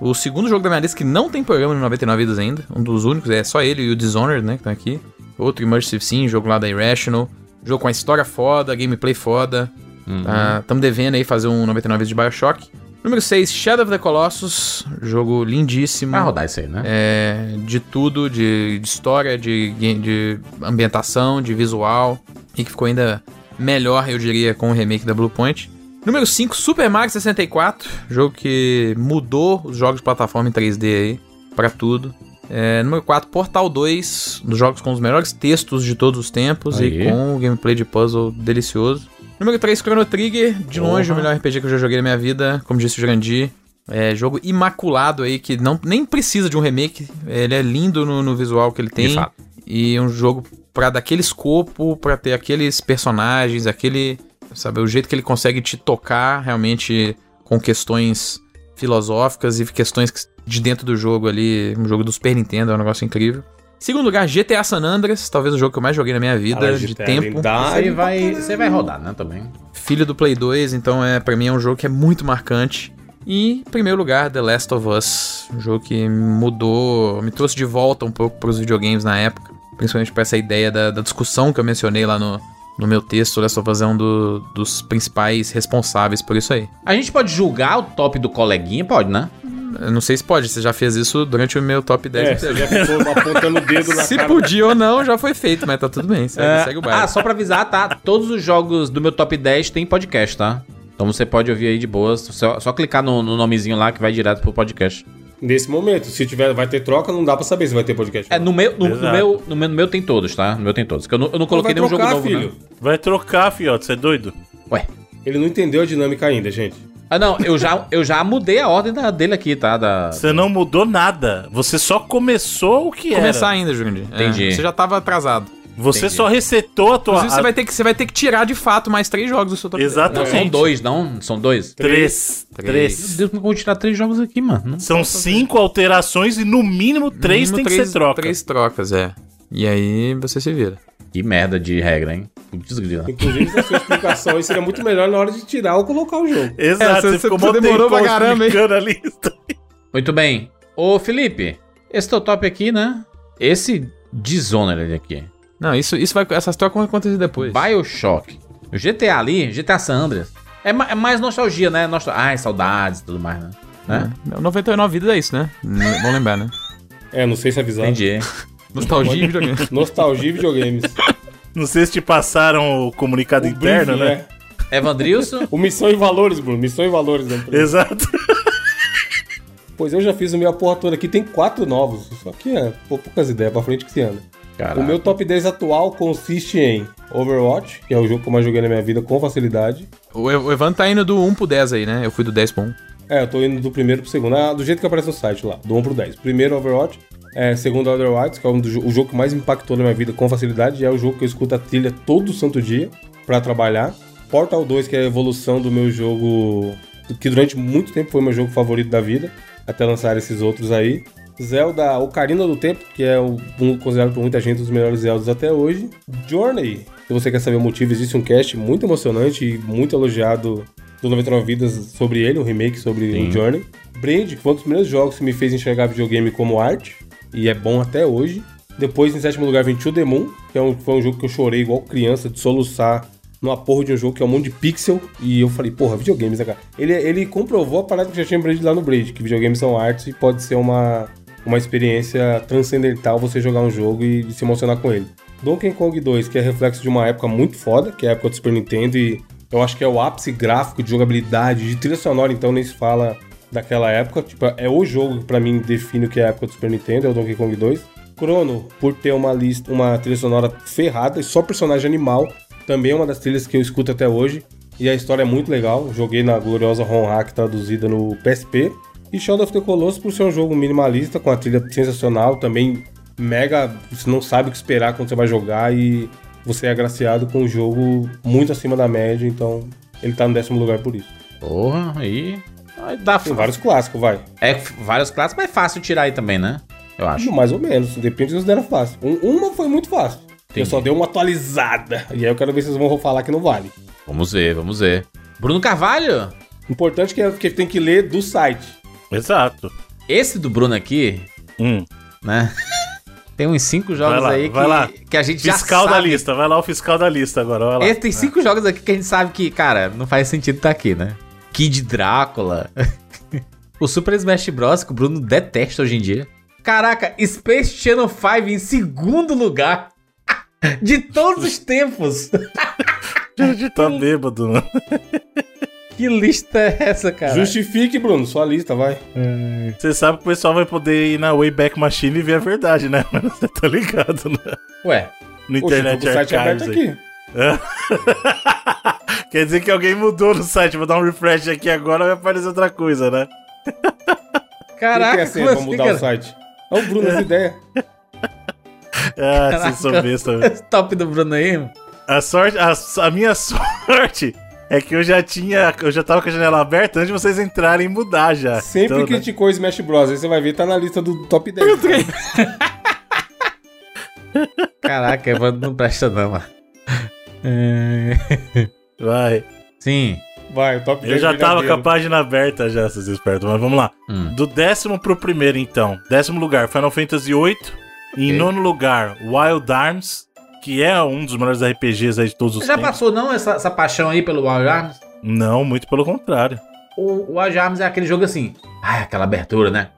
O segundo jogo da minha lista que não tem programa no 99 vidas ainda. Um dos únicos, é só ele e o Dishonored, né, que tá aqui. Outro Immersive Sim, jogo lá da Irrational. Jogo com a história foda, gameplay foda. Uhum. Tá, tamo devendo aí fazer um 99 vezes de Bioshock. Número 6, Shadow of the Colossus. Jogo lindíssimo. Vai rodar isso aí, né? É, de tudo, de, de história, de, ga- de ambientação, de visual. E que ficou ainda melhor, eu diria, com o remake da Blue Point. Número 5, Super Mario 64. Jogo que mudou os jogos de plataforma em 3D aí pra tudo. É, número 4, Portal 2. Um dos jogos com os melhores textos de todos os tempos Aí. e com o gameplay de puzzle delicioso. Número 3, Chrono Trigger. De longe, o melhor RPG que eu já joguei na minha vida. Como disse o Jurandir. É jogo imaculado aí, que não, nem precisa de um remake. Ele é lindo no, no visual que ele tem. De fato. E é um jogo pra daquele escopo, pra ter aqueles personagens, aquele. Sabe, o jeito que ele consegue te tocar realmente com questões filosóficas e questões que- de dentro do jogo ali. Um jogo do Super Nintendo, é um negócio incrível. Segundo lugar, GTA San Andreas, talvez o jogo que eu mais joguei na minha vida Caralho, de então. GTA é tempo. Isso aí lendário. vai, você vai rodar, né, também. Filho do Play 2, então é para mim é um jogo que é muito marcante. E em primeiro lugar, The Last of Us, um jogo que mudou, me trouxe de volta um pouco pros videogames na época, principalmente pra essa ideia da, da discussão que eu mencionei lá no, no meu texto. The Last of Us é um do- dos principais responsáveis por isso aí. A gente pode julgar o top do coleguinha, pode, né? Eu não sei se pode, você já fez isso durante o meu top 10. É, você já ficou apontando o dedo na se cara. podia ou não, já foi feito, mas tá tudo bem, segue, segue o baile. ah, só pra avisar, tá? Todos os jogos do meu top 10 tem podcast, tá? Então você pode ouvir aí de boas. Só, só clicar no, no nomezinho lá que vai direto pro podcast. Nesse momento, se tiver, vai ter troca, não dá pra saber se vai ter podcast. É, no meu, no, no Exato. meu, no meu, no meu tem todos, tá? No meu tem todos. Que eu não, eu não coloquei Vai nenhum trocar, jogo novo, filho. né? Vai trocar, fiote, você é doido? Ué. Ele não entendeu a dinâmica ainda, gente. Ah, não, eu já, eu já mudei a ordem da- dele aqui, tá? Da... Você não mudou nada. Você só começou o que Começar era. ainda, Jurandir. É, Entendi. você já tava atrasado. Você Entendi. só resetou a tua... Inclusive, você a- vai, ter que, você vai ter que tirar de fato mais três jogos do seu top 10. Não, tá Exatamente. são É, um, dois, não? São dois? Três. Três. Meu Três. Deus, como eu vou tirar três jogos aqui, mano? São cinco alterações e no mínimo três Mínimo tem que três- ser troca. Três trocas, é. E aí você se vira. Que merda de regra, hein? Putz, grila. Inclusive, essa sua explicação aí seria muito melhor na hora de tirar ou colocar o jogo. Exato, É, você- você, ficou você mó demorou pra tempão caramba, hein? explicando a lista. Muito bem. Ô, Felipe, esse teu top aqui, né? Esse Dishonored aqui. Não, isso, isso vai. Essas trocas vão acontecer depois. Bioshock. O GTA ali, GTA San Andreas. É, ma- é mais nostalgia, né? Nostal... Ai, saudades e tudo mais, né? Né? Hum. É. 99 vidas é isso, né? N- Vamos lembrar, né? É, não sei se avisar. Entendi. Nostalgia e videogame. Nostalgia e videogames. Não sei se te passaram o comunicado O interno, briefing, né? é. Evandrilson? O Missão e Valores, Bruno. Missão e Valores. da empresa. Exato. Pois eu já fiz o meu a porra toda aqui. Tem quatro novos. Só que é pô, poucas ideias pra frente que se anda. O meu top 10 atual consiste em Overwatch, que é o jogo que eu mais joguei na minha vida com facilidade. O Ev- o Evan tá indo do 1 pro 10 aí, né? Eu fui do 10 pro 1. É, eu tô indo do primeiro pro segundo. Ah, do jeito que aparece no site lá, do 1 pro 10. Primeiro Overwatch, é, segundo Outer Wilds, que é um do, jo- o jogo que mais impactou na minha vida com facilidade, e é o jogo que eu escuto a trilha todo santo dia pra trabalhar. Portal 2, que é a evolução do meu jogo, que durante muito tempo foi meu jogo favorito da vida, até lançar esses outros aí. Zelda Ocarina do Tempo, que é o- um considerado por muita gente um dos melhores Zeldas até hoje. Journey, se você quer saber o motivo, existe um cast muito emocionante e muito elogiado do 99 Vidas sobre ele, um remake sobre o Journey. Braid, que foi um dos primeiros jogos que me fez enxergar videogame como arte, e é bom até hoje. Depois, em sétimo lugar, vem To The Moon, que é um- foi um jogo que eu chorei igual criança, de soluçar numa porra de um jogo que é um monte de pixel. E eu falei, porra, videogames, né, cara? Ele, ele comprovou a parada que eu já tinha aprendido lá no Braid, que videogames são artes e pode ser uma, uma experiência transcendental você jogar um jogo e, se emocionar com ele. Donkey Kong 2, que é reflexo de uma época muito foda, que é a época do Super Nintendo, e eu acho que é o ápice gráfico de jogabilidade, de trilha sonora, então nem se fala daquela época. Tipo, é o jogo que pra mim define o que é a época do Super Nintendo, é o Donkey Kong 2. Chrono, por ter uma lista, uma trilha sonora ferrada e só personagem animal, também é uma das trilhas que eu escuto até hoje. E a história é muito legal. Joguei na gloriosa ROM hack traduzida no PSP. E Shadow of the Colossus por ser um jogo minimalista, com a trilha sensacional, também mega. Você não sabe o que esperar quando você vai jogar e você é agraciado com um jogo muito acima da média, então ele tá no décimo lugar por isso. Porra, aí. aí dá Tem vários clássicos, vai. É, f- vários clássicos, mas é fácil tirar aí também, né? Eu acho. Mais ou menos, depende se considera fácil. Um- uma foi muito fácil. Eu só dei uma atualizada. E aí eu quero ver se vocês vão falar que não vale. Vamos ver, vamos ver. Bruno Carvalho? Importante que, é, que tem que ler do site. Exato. Esse do Bruno aqui, Hum. né? Tem uns cinco jogos lá, aí vai que, lá. que a gente já Fiscal da sabe. lista, vai lá o fiscal da lista agora, vai lá. É. Esse tem cinco jogos aqui que a gente sabe que, cara, não faz sentido tá aqui, né? Kid Drácula. o Super Smash Bros. que o Bruno detesta hoje em dia. Caraca, Space Channel 5 em segundo lugar. De todos os tempos. é Tá bêbado, mano. Que lista é essa, cara? Justifique, Bruno, sua lista, vai. Você sabe que o pessoal vai poder ir na Wayback Machine e ver a verdade, né, mano? Você tá ligado, né? Ué, No Poxa, Internet tô com o site é aberto Archives aí. aqui. Quer dizer que alguém mudou no site, vou dar um refresh aqui agora, vai aparecer outra coisa, né? Caraca, caraca, assim, que tem a senha pra assim, mudar o site? É o Bruno, essa ideia. Ah, Caraca. vocês são besta, velho. Esse top do Bruno aí, mano. A sorte, a, a minha sorte é que eu já tinha, eu já tava com a janela aberta antes de vocês entrarem e mudar já. Sempre Então, né? criticou o Smash Bros. Aí você vai ver, tá na lista do top 10. Caraca, Evandro não presta não, mano. É, Vai. Sim. Vai, o top 10. Eu já tava com a verdadeiro. página aberta já, vocês espertos, mas vamos lá. Hum. Do décimo pro primeiro, então. Décimo lugar, Final Fantasy VIII. Em Ok. nono lugar, Wild Arms, que é um dos melhores RPGs aí de todos os Já tempos. passou não essa, essa paixão aí pelo Wild Arms? Não, muito pelo contrário. O, o Wild Arms é aquele jogo assim. Ah, aquela abertura, né?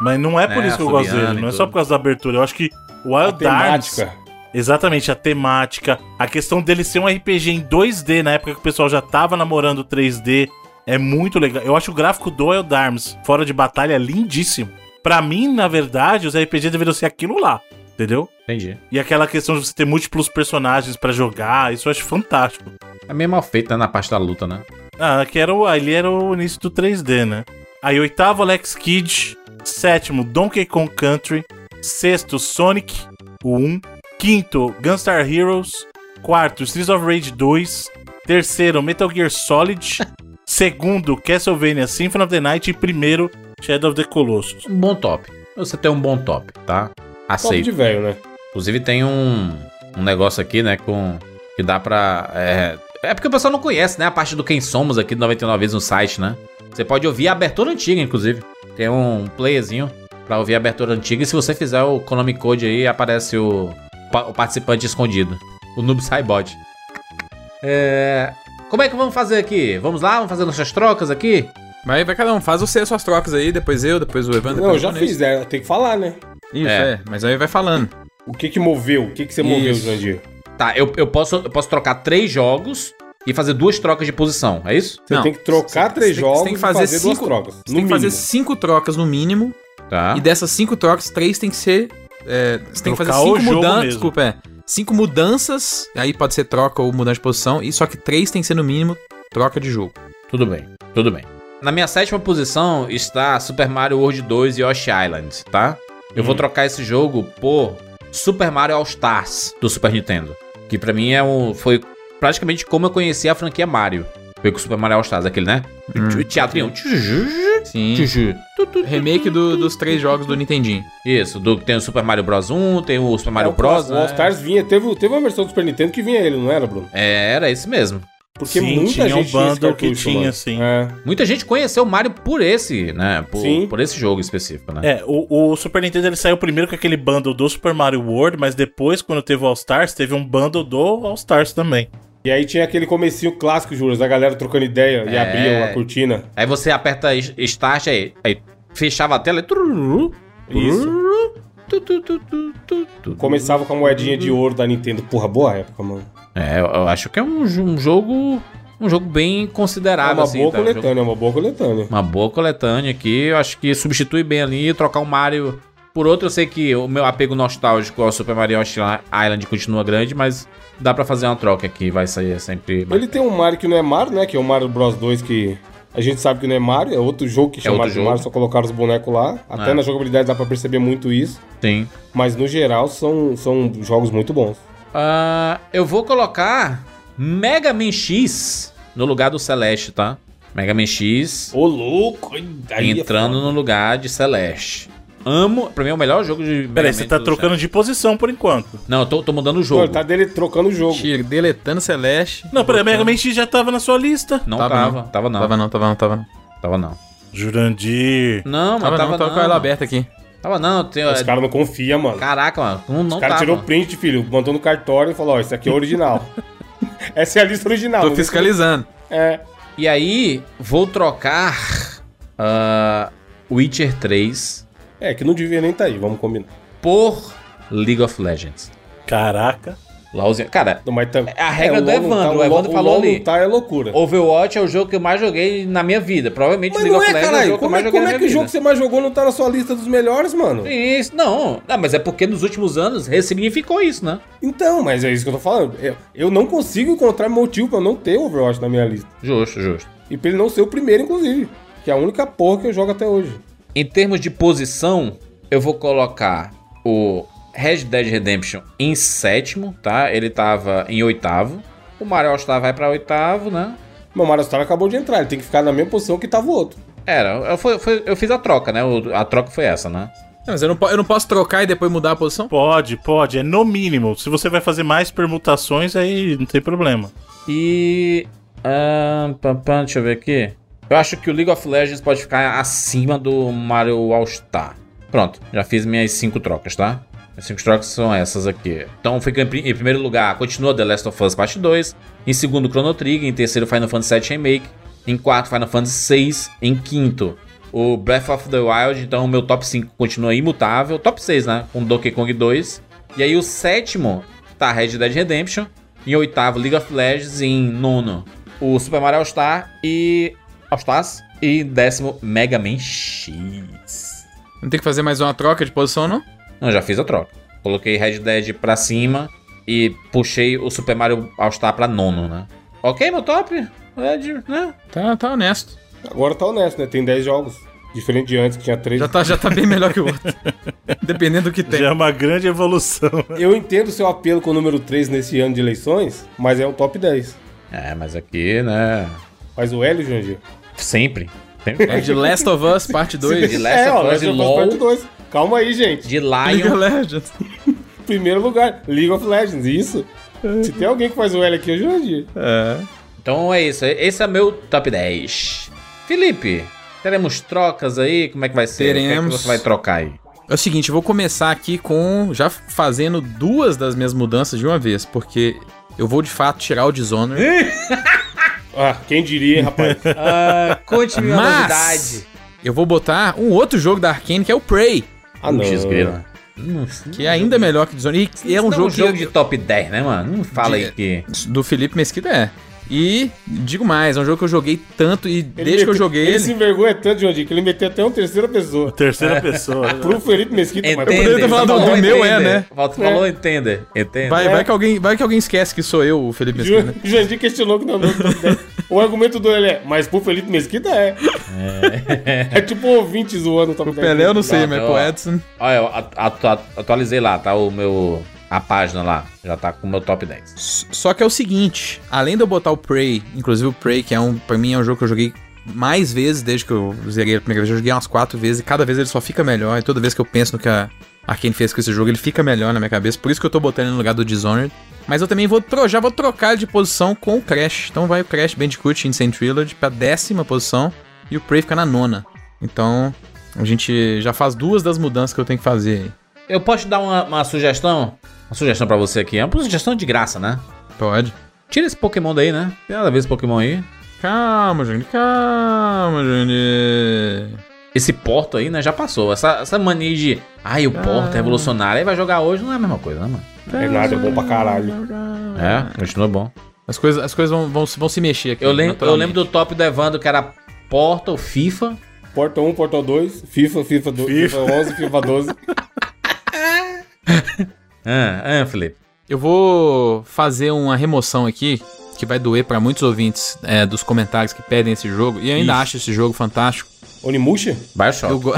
Mas não é por É, isso que eu gosto Fabiano dele, e não é só tudo. por causa da abertura. Eu acho que A Wild Arms. temática. Exatamente, a temática, a questão dele ser um RPG em 2D, na época que o pessoal já tava namorando 3D, é muito legal. Eu acho o gráfico do Wild Arms, fora de batalha, lindíssimo. Pra mim, na verdade, os RPG deveriam ser aquilo lá, entendeu? Entendi. E aquela questão de você ter múltiplos personagens pra jogar, isso eu acho fantástico. É meio mal feito né, na parte da luta, né? Ah, que era o, ali era o início do 3D, né? Aí, oitavo, Alex Kidd. Sétimo, Donkey Kong Country. Sexto, Sonic, o 1. Quinto, Gunstar Heroes. Quarto, Streets of Rage 2. Terceiro, Metal Gear Solid. Segundo, Castlevania Symphony of the Night. E primeiro, Shadow of the Colossus. Um bom top. Você tem um bom top, tá? Top Aceito. de velho, né? Inclusive tem um, um negócio aqui, né, com que dá pra... É, é porque o pessoal não conhece, né, a parte do Quem Somos aqui do 99 vezes no site, né? Você pode ouvir a abertura antiga, inclusive. Tem um playerzinho pra ouvir a abertura antiga e se você fizer o Konami Code aí, aparece o, pa- o participante escondido. O Noob Saibot. É... Como é que vamos fazer aqui? Vamos lá? Vamos fazer nossas trocas aqui? Mas vai cada um, faz você as suas trocas aí, depois eu, depois o Evan, depois Não, eu o já Vanessa. fiz, né? Tem que falar, né? Isso, É. é. Mas aí vai falando. O que que moveu? O que que você moveu, Isso. Jandir? Tá, eu, eu, posso, eu posso trocar três jogos e fazer duas trocas de posição, é isso? Você Não, tem que trocar você- três você tem- jogos você tem que e fazer fazer duas cinco- trocas. Você tem que fazer cinco trocas no mínimo. Tá. E dessas cinco trocas, três tem que ser. é, você tem que fazer Trocar o cinco jogo mudanças. mesmo. Desculpa, é. Cinco mudanças. Aí pode ser troca ou mudança de posição. E só que três tem que ser no mínimo troca de jogo. Tudo bem, tudo bem. Na minha sétima posição está Super Mario World 2 e Yoshi Island, tá? Eu vou trocar esse jogo por Super Mario All Stars do Super Nintendo, que pra mim é um foi praticamente como eu conheci a franquia Mario. Foi com o Super Mario All Stars, aquele, né? Hum. O teatrinho. Sim. Remake do- dos três jogos do Nintendinho. Isso, do, tem o Super Mario Bros 1, tem o Super Mario É, o- Bros. O All né? Stars vinha, teve, teve uma versão do Super Nintendo que vinha ele, não era, Bruno? É, era esse mesmo. Porque Sim, muita tinha um gente esse bundle que cartucho, tinha, mano. sim. É. Muita gente conheceu o Mario por esse, né? Por, Sim. por esse jogo específico, né? É, o, o Super Nintendo ele saiu primeiro com aquele bundle do Super Mario World, mas depois, quando teve o All Stars, teve um bundle do All Stars também. E aí tinha aquele comecinho clássico, Juras, a galera trocando ideia e É. abriam a cortina. Aí você aperta es- start aí, aí fechava a tela e tururu, Isso. tururu, tu, tu, tu, tu, tu, tu. Começava com a moedinha de ouro da Nintendo. Porra, boa época, mano. É, eu, eu acho que é um, jo- um jogo um jogo bem É considerável uma assim, boa tá? Um jogo- coletânea, é uma boa coletânea. uma boa coletânea aqui, eu acho que substitui bem ali trocar o Mario por outro, eu sei que o meu apego nostálgico ao Super Mario Island continua grande, mas dá pra fazer uma troca aqui, vai sair sempre Ele tem um Mario que não é Mario, né? Que é o Mario Bros 2 que a gente sabe que não é Mario, é outro jogo que chamaram outro de jogo. Mario, só colocaram os bonecos lá. Até É. na jogabilidade dá pra perceber muito isso. tem. Mas no geral são, são jogos muito bons. Ah, eu vou colocar Mega Man X no lugar do Celeste, tá? Mega Man X Ô, louco! é entrando no lugar de Celeste. Amo, pra mim é o melhor jogo de Mega Peraí, Man você tá do trocando de posição por enquanto. Celeste. Não, eu tô, tô mudando o Pô, jogo. ele tá dele trocando o jogo. Tiro, deletando Celeste. Não, peraí, Mega Man X já tava na sua lista. Não Tava tava, tava, não. não. Tava não, tava não, tava não. Tava não. Jurandir. Não, mas Tava, tava, não, tava com ela aberta aqui. Tava não, tem, Os caras não confiam, mano. caraca, mano. Não, não Os caras tava. tirou o print, filho, mandou no cartório e falou, ó, isso aqui é original. Essa é a lista original. Tô não sei se- fiscalizando. É. E aí, vou trocar ah, Witcher 3 É, que não devia nem tá aí, vamos combinar. por League of Legends. Caraca. Lauzinho, cara, Não, mas tá... É a regra o do LoL não Evandro, tá- o LoL- Evandro falou LoL não ali. tá é loucura. Overwatch é o jogo que eu mais joguei na minha vida. Provavelmente Mas não é, Legends caralho. o jogo Como, é, que eu como mais é que o joguei jogo na que você mais jogou não tá na sua lista dos melhores, mano? minha vida. Isso, não. Ah, mas é porque nos últimos anos ressignificou isso, né? Então, mas é isso que eu tô falando. Eu, eu não consigo encontrar motivo pra eu não ter Overwatch na minha lista. Justo, justo. E pra ele não ser o primeiro, inclusive. Que é a única porra que eu jogo até hoje. Em termos de posição, eu vou colocar o Red Dead Redemption em sétimo, tá? Ele tava em oitavo. O Mario All-Star vai pra oitavo, né? Meu Mario Star acabou de entrar, ele tem que ficar na mesma posição que tava o outro. Era, eu, foi- foi- eu fiz a troca, né? O- a troca foi essa, né? Não, mas eu não, po- eu não posso trocar e depois mudar a posição? Pode, pode, é no mínimo. Se você vai fazer mais permutações, aí não tem problema. E. ahn, pam, pam, deixa eu ver aqui. Eu acho que o League of Legends pode ficar acima do Mario All-Star. Pronto, já fiz minhas cinco trocas, tá? As cinco trocas são essas aqui. Então fica em, pri- em primeiro lugar, continua The Last of Us Parte 2. Em segundo, Chrono Trigger. Em terceiro, Final Fantasy VII Remake. Em quarto, Final Fantasy VI. Em quinto, o Breath of the Wild. Então o meu top 5 continua imutável. Top 6, né? Com Donkey Kong 2. E aí o sétimo tá Red Dead Redemption. Em oitavo, League of Legends. Em nono, o Super Mario All-Star e... All-Stars. E em décimo, Mega Man X. Não tem que fazer mais uma troca de posição, não? Não, já fiz a troca. Coloquei Red Dead pra cima e puxei o Super Mario All-Star pra nono, né? Ok, meu top? Red, né? Tá, tá honesto. Agora tá honesto, né? Tem 10 jogos. Diferente de antes, que tinha 3. Já tá, já tá bem melhor que o outro. Dependendo do que tem. Já é uma grande evolução. Eu entendo o seu apelo com o número 3 nesse ano de eleições, mas é um top 10. É, mas aqui, né? Mas o Hélio, Jandir. Sempre. Sempre. É de Last of Us Parte 2. De Last of Us e É, Last LoL. Part 2. Calma aí, gente. De League of Lion. Legends. Primeiro lugar, League of Legends, isso. Se tem alguém que faz o L aqui, é o Jurandir. É. Então é isso. Esse é meu top 10. Felipe, teremos trocas aí? Como é que vai ser? O que, é Teremos. que você vai trocar aí? É o seguinte, eu vou começar aqui com. Já fazendo duas das minhas mudanças de uma vez, porque eu vou de fato tirar o Dishonored. Ah, quem diria, hein, rapaz? conte Mas eu vou botar um outro jogo da Arkane que é o Prey. ah, não. X-Grilo. Não- Que é ainda melhor que Dishonored. E é não um jogo, que- de top 10, né, mano? Não fala aí que. do Felipe Mesquita, é. E digo mais, é um jogo que eu joguei tanto e desde que eu joguei Ele ele. se envergonha tanto, Jordi, que ele meteu até uma terceira pessoa. Terceira pessoa. Pro Felipe Mesquita, mas- poderia ter falado Falou do meu, é, entender. né? Falta- Falou, entender. Entender. Vai, É. vai, que alguém, vai que alguém esquece que sou eu, o Felipe Mesquita. né? Ju- Jandir questionou que não é o meu top 10. O argumento do ele é, mas pro Felipe Mesquita é. É, tipo um ouvinte zoando o top O Pelé eu não sei, Tá, mas é tá, pro ó. Edson. Olha, eu atu- atu- atualizei lá, tá? O meu. A página lá. Já tá com o meu top 10. S- Só que é o seguinte, além de eu botar o Prey, inclusive o Prey, que é um, pra mim é um jogo que eu joguei mais vezes desde que eu zerei a primeira vez, eu joguei umas quatro vezes e cada vez ele só fica melhor. E toda vez que eu penso no que a Arkane fez com esse jogo, ele fica melhor na minha cabeça. Por isso que eu tô botando ele no lugar do Dishonored. Mas eu também vou tro já vou trocar ele de posição com o Crash. Então vai o Crash Bandicoot Insane Trilogy pra décima posição e o Prey fica na nona. Então a gente já faz duas das mudanças que eu tenho que fazer Eu posso te dar uma, uma sugestão? Uma sugestão pra você aqui. É uma sugestão de graça, né? aí. Pode. Tira esse Pokémon daí, né? Tem nada a ver esse Pokémon aí. Calma, Júnior. Calma, Júnior. Esse Porto aí, né? Já passou. Essa, essa mania de. Ai, o Ah. Porto é revolucionário. Aí vai jogar hoje, não é a mesma coisa, né, mano? É nada, é bom pra caralho. Ah. É, continua bom. As coisas, as coisas vão, vão, se- vão se mexer aqui. Eu, lem- eu lembro do top do Evandro que era Porto, FIFA. Portal 1, Portal 2, um, FIFA, FIFA, do, FIFA. FIFA 11, FIFA 12. Ah, ah, Felipe. Eu vou fazer uma remoção aqui que vai doer pra muitos ouvintes é, dos comentários que pedem esse jogo e ainda Ixi. acho esse jogo fantástico. Onimusha? Bioshock. Eu go-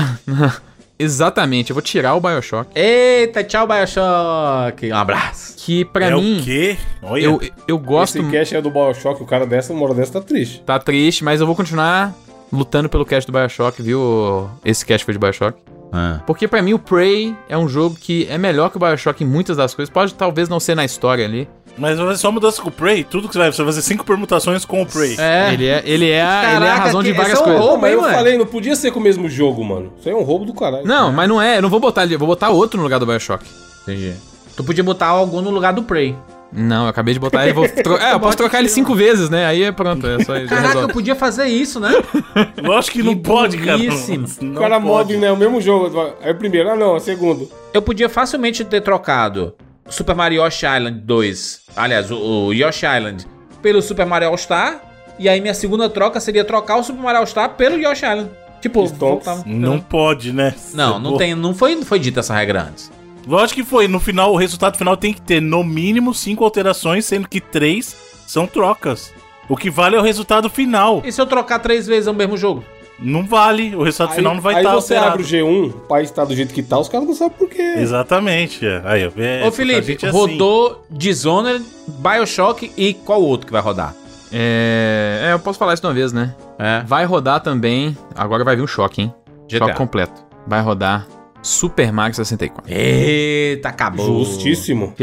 Exatamente, eu vou tirar o BioShock, Eita, tchau, Bioshock. Um abraço. que pra É o mim quê? Olha. eu, eu gosto Esse cash é do Bioshock, o cara dessa, uma hora dessa tá triste. Tá triste, mas eu vou continuar lutando pelo cast do Bioshock, viu? Esse cast foi de Bioshock. Ah. Porque pra mim o Prey é um jogo que é melhor que o Bioshock em muitas das coisas. Pode talvez não ser na história ali. Mas você só mudança com o Prey, tudo que você vai, você vai fazer cinco permutações com o Prey. É. Ele é, ele é, Caraca, ele é a razão que- de várias esse é um coisas. roubo. Pô, mas eu mano. falei, não podia ser com o mesmo jogo, mano. Isso aí é um roubo do caralho. Não, mas não é. Eu não vou botar ele. eu Vou botar outro no lugar do Bioshock. Entendi. Tu podia botar algum no lugar do Prey. Não, eu acabei de botar ele. Vou tro- é, eu posso trocar ele cinco vezes, né? Aí é pronto. É só isso. já Caraca, eu resolve. podia fazer isso, né? Lógico Que que não pode, cara. burríssimo. Não o cara pode. mod, né? O mesmo jogo. Aí o primeiro, ah não, é o segundo. Eu podia facilmente ter trocado Super Mario Yoshi Island 2, aliás, o, o Yoshi Island, pelo Super Mario All Star. E aí minha segunda troca seria trocar o Super Mario All Star pelo Yoshi Island. Tipo, Stonks. voltava. Não pode, né? Não, não tem, não foi, não foi dita essa regra antes. Lógico que foi. No final, o resultado final tem que ter no mínimo cinco alterações, sendo que três são trocas. O que vale é o resultado final. E se eu trocar três vezes o mesmo jogo? Não vale. O resultado final não vai aí estar você alterado. abre o G1, o país tá do jeito que tá, os caras não sabem por quê. Exatamente. é. Aí, é, Ô a Felipe, gente é assim. rodou Dishonored, Bioshock e qual outro que vai rodar? É, é, eu posso falar isso de uma vez, né? É, Vai rodar também. Agora vai vir um choque, hein? Choque GTA. completo. Vai rodar Super Mario 64. Eita, acabou. Justíssimo.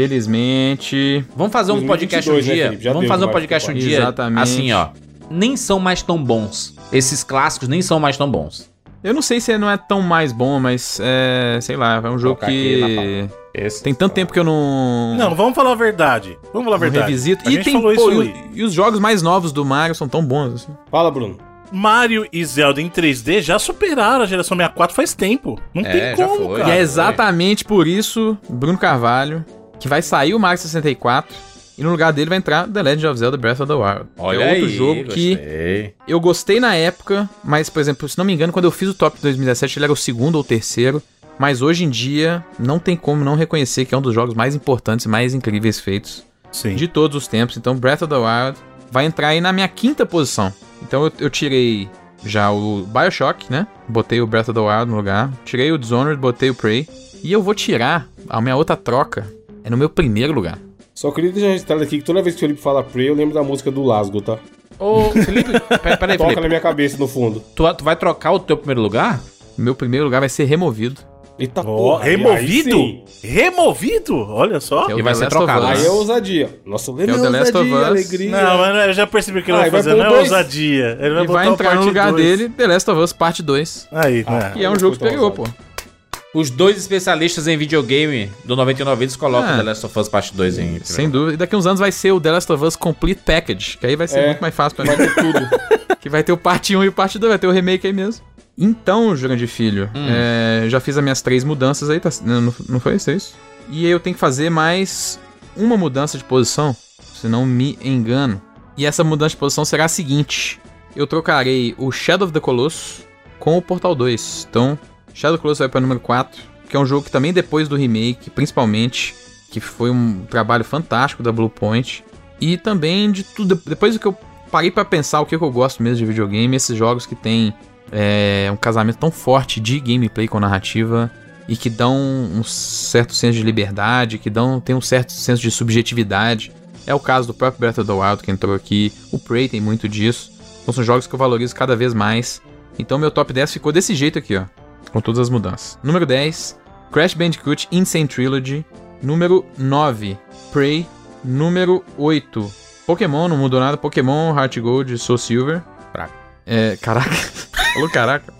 Felizmente, Vamos fazer um 2022, podcast um né, dia. Felipe? Já Vamos deu fazer um demais, podcast um Felipe. dia. Exatamente. Assim, ó. Nem são mais tão bons. Esses clássicos nem são mais tão bons. Eu não sei se não é tão mais bom, mas é, sei lá, é um jogo Colocar aqui que tem tanto tempo que eu não Não, vamos falar a verdade. Vamos falar a não verdade. Um revisito. A e gente tem falou pô, isso e, aí. o- e os jogos mais novos do Mario são tão bons. assim. Fala, Bruno. Mario e Zelda em 3D já superaram a geração 64 faz tempo. Não É, tem já como, foi. cara. e Ah, é foi. exatamente por isso, Bruno Carvalho, que vai sair o Mario 64 e no lugar dele vai entrar The Legend of Zelda Breath of the Wild. que Olha é outro aí, jogo que gostei. eu gostei na época, mas por exemplo, se não me engano, quando eu fiz o top de 2017, ele era o segundo ou terceiro. Mas hoje em dia não tem como não reconhecer que é um dos jogos mais importantes e mais incríveis feitos Sim. de todos os tempos. Então, Breath of the Wild vai entrar aí na minha quinta posição. Então, eu, eu tirei já o Bioshock, né? Botei o Breath of the Wild no lugar. Tirei o Dishonored, botei o Prey. E eu vou tirar a minha outra troca. É no meu primeiro lugar. Só queria deixar registrado aqui que toda vez que o Felipe fala Prey, eu lembro da música do Lasgo, tá? Ô, Felipe, pera- peraí, Toca Felipe. na minha cabeça no fundo. Tu, tu vai trocar o teu primeiro lugar? Meu primeiro lugar vai ser removido. Eita Ó, aí- removido? Aí, sim. Removido? Olha só. que é E o vai The ser Last of trocado, né? Us. Aí é ousadia. Nossa, eu É lembro o The Last of Us. alegria. Não, mas não- eu já percebi que ele Ah, vai e vai fazer. pôr Não é dois. ousadia. Ele vai E vai botar o entrar no parte lugar dois. dele The Last of Us Parte 2. Aí, né? Que é um não jogo foi tão superior, pô. ousado. Os dois especialistas em videogame do 99 Vidas colocam Ah. The Last of Us Parte 2 em primeiro. Sem dúvida. E daqui uns anos vai ser o The Last of Us Complete Package. Que aí vai ser É. muito mais fácil pra mim. Vai ter tudo. um Que vai ter o parte 1 e o parte 2, vai ter o remake aí mesmo. Então, Jurandir Filho, Hum. é, já fiz as minhas três mudanças aí, tá, não, não- não foi isso? É isso? E aí eu tenho que fazer mais uma mudança de posição, se não me engano. E essa mudança de posição será a seguinte: eu trocarei o Shadow of the Colossus com o Portal 2. Então, Shadow of the Colossus vai pra número 4, que é um jogo que também depois do remake, principalmente, que foi um trabalho fantástico da Bluepoint. E também de tudo, depois do que eu parei pra pensar o que que eu gosto mesmo de videogame, esses jogos que tem é, um casamento tão forte de gameplay com narrativa e que dão um certo senso de liberdade, que dão tem um certo senso de subjetividade. É o caso do próprio Breath of the Wild que entrou aqui, o Prey tem muito disso. Então são jogos que eu valorizo cada vez mais. Então meu top 10 ficou desse jeito aqui, ó, com todas as mudanças. Número 10, Crash Bandicoot Insane Trilogy. Número 9, Prey. Número 8, Pokémon, não mudou nada. Pokémon, Heart Gold, Soul Silver. Caraca. É, caraca. Falou caraca.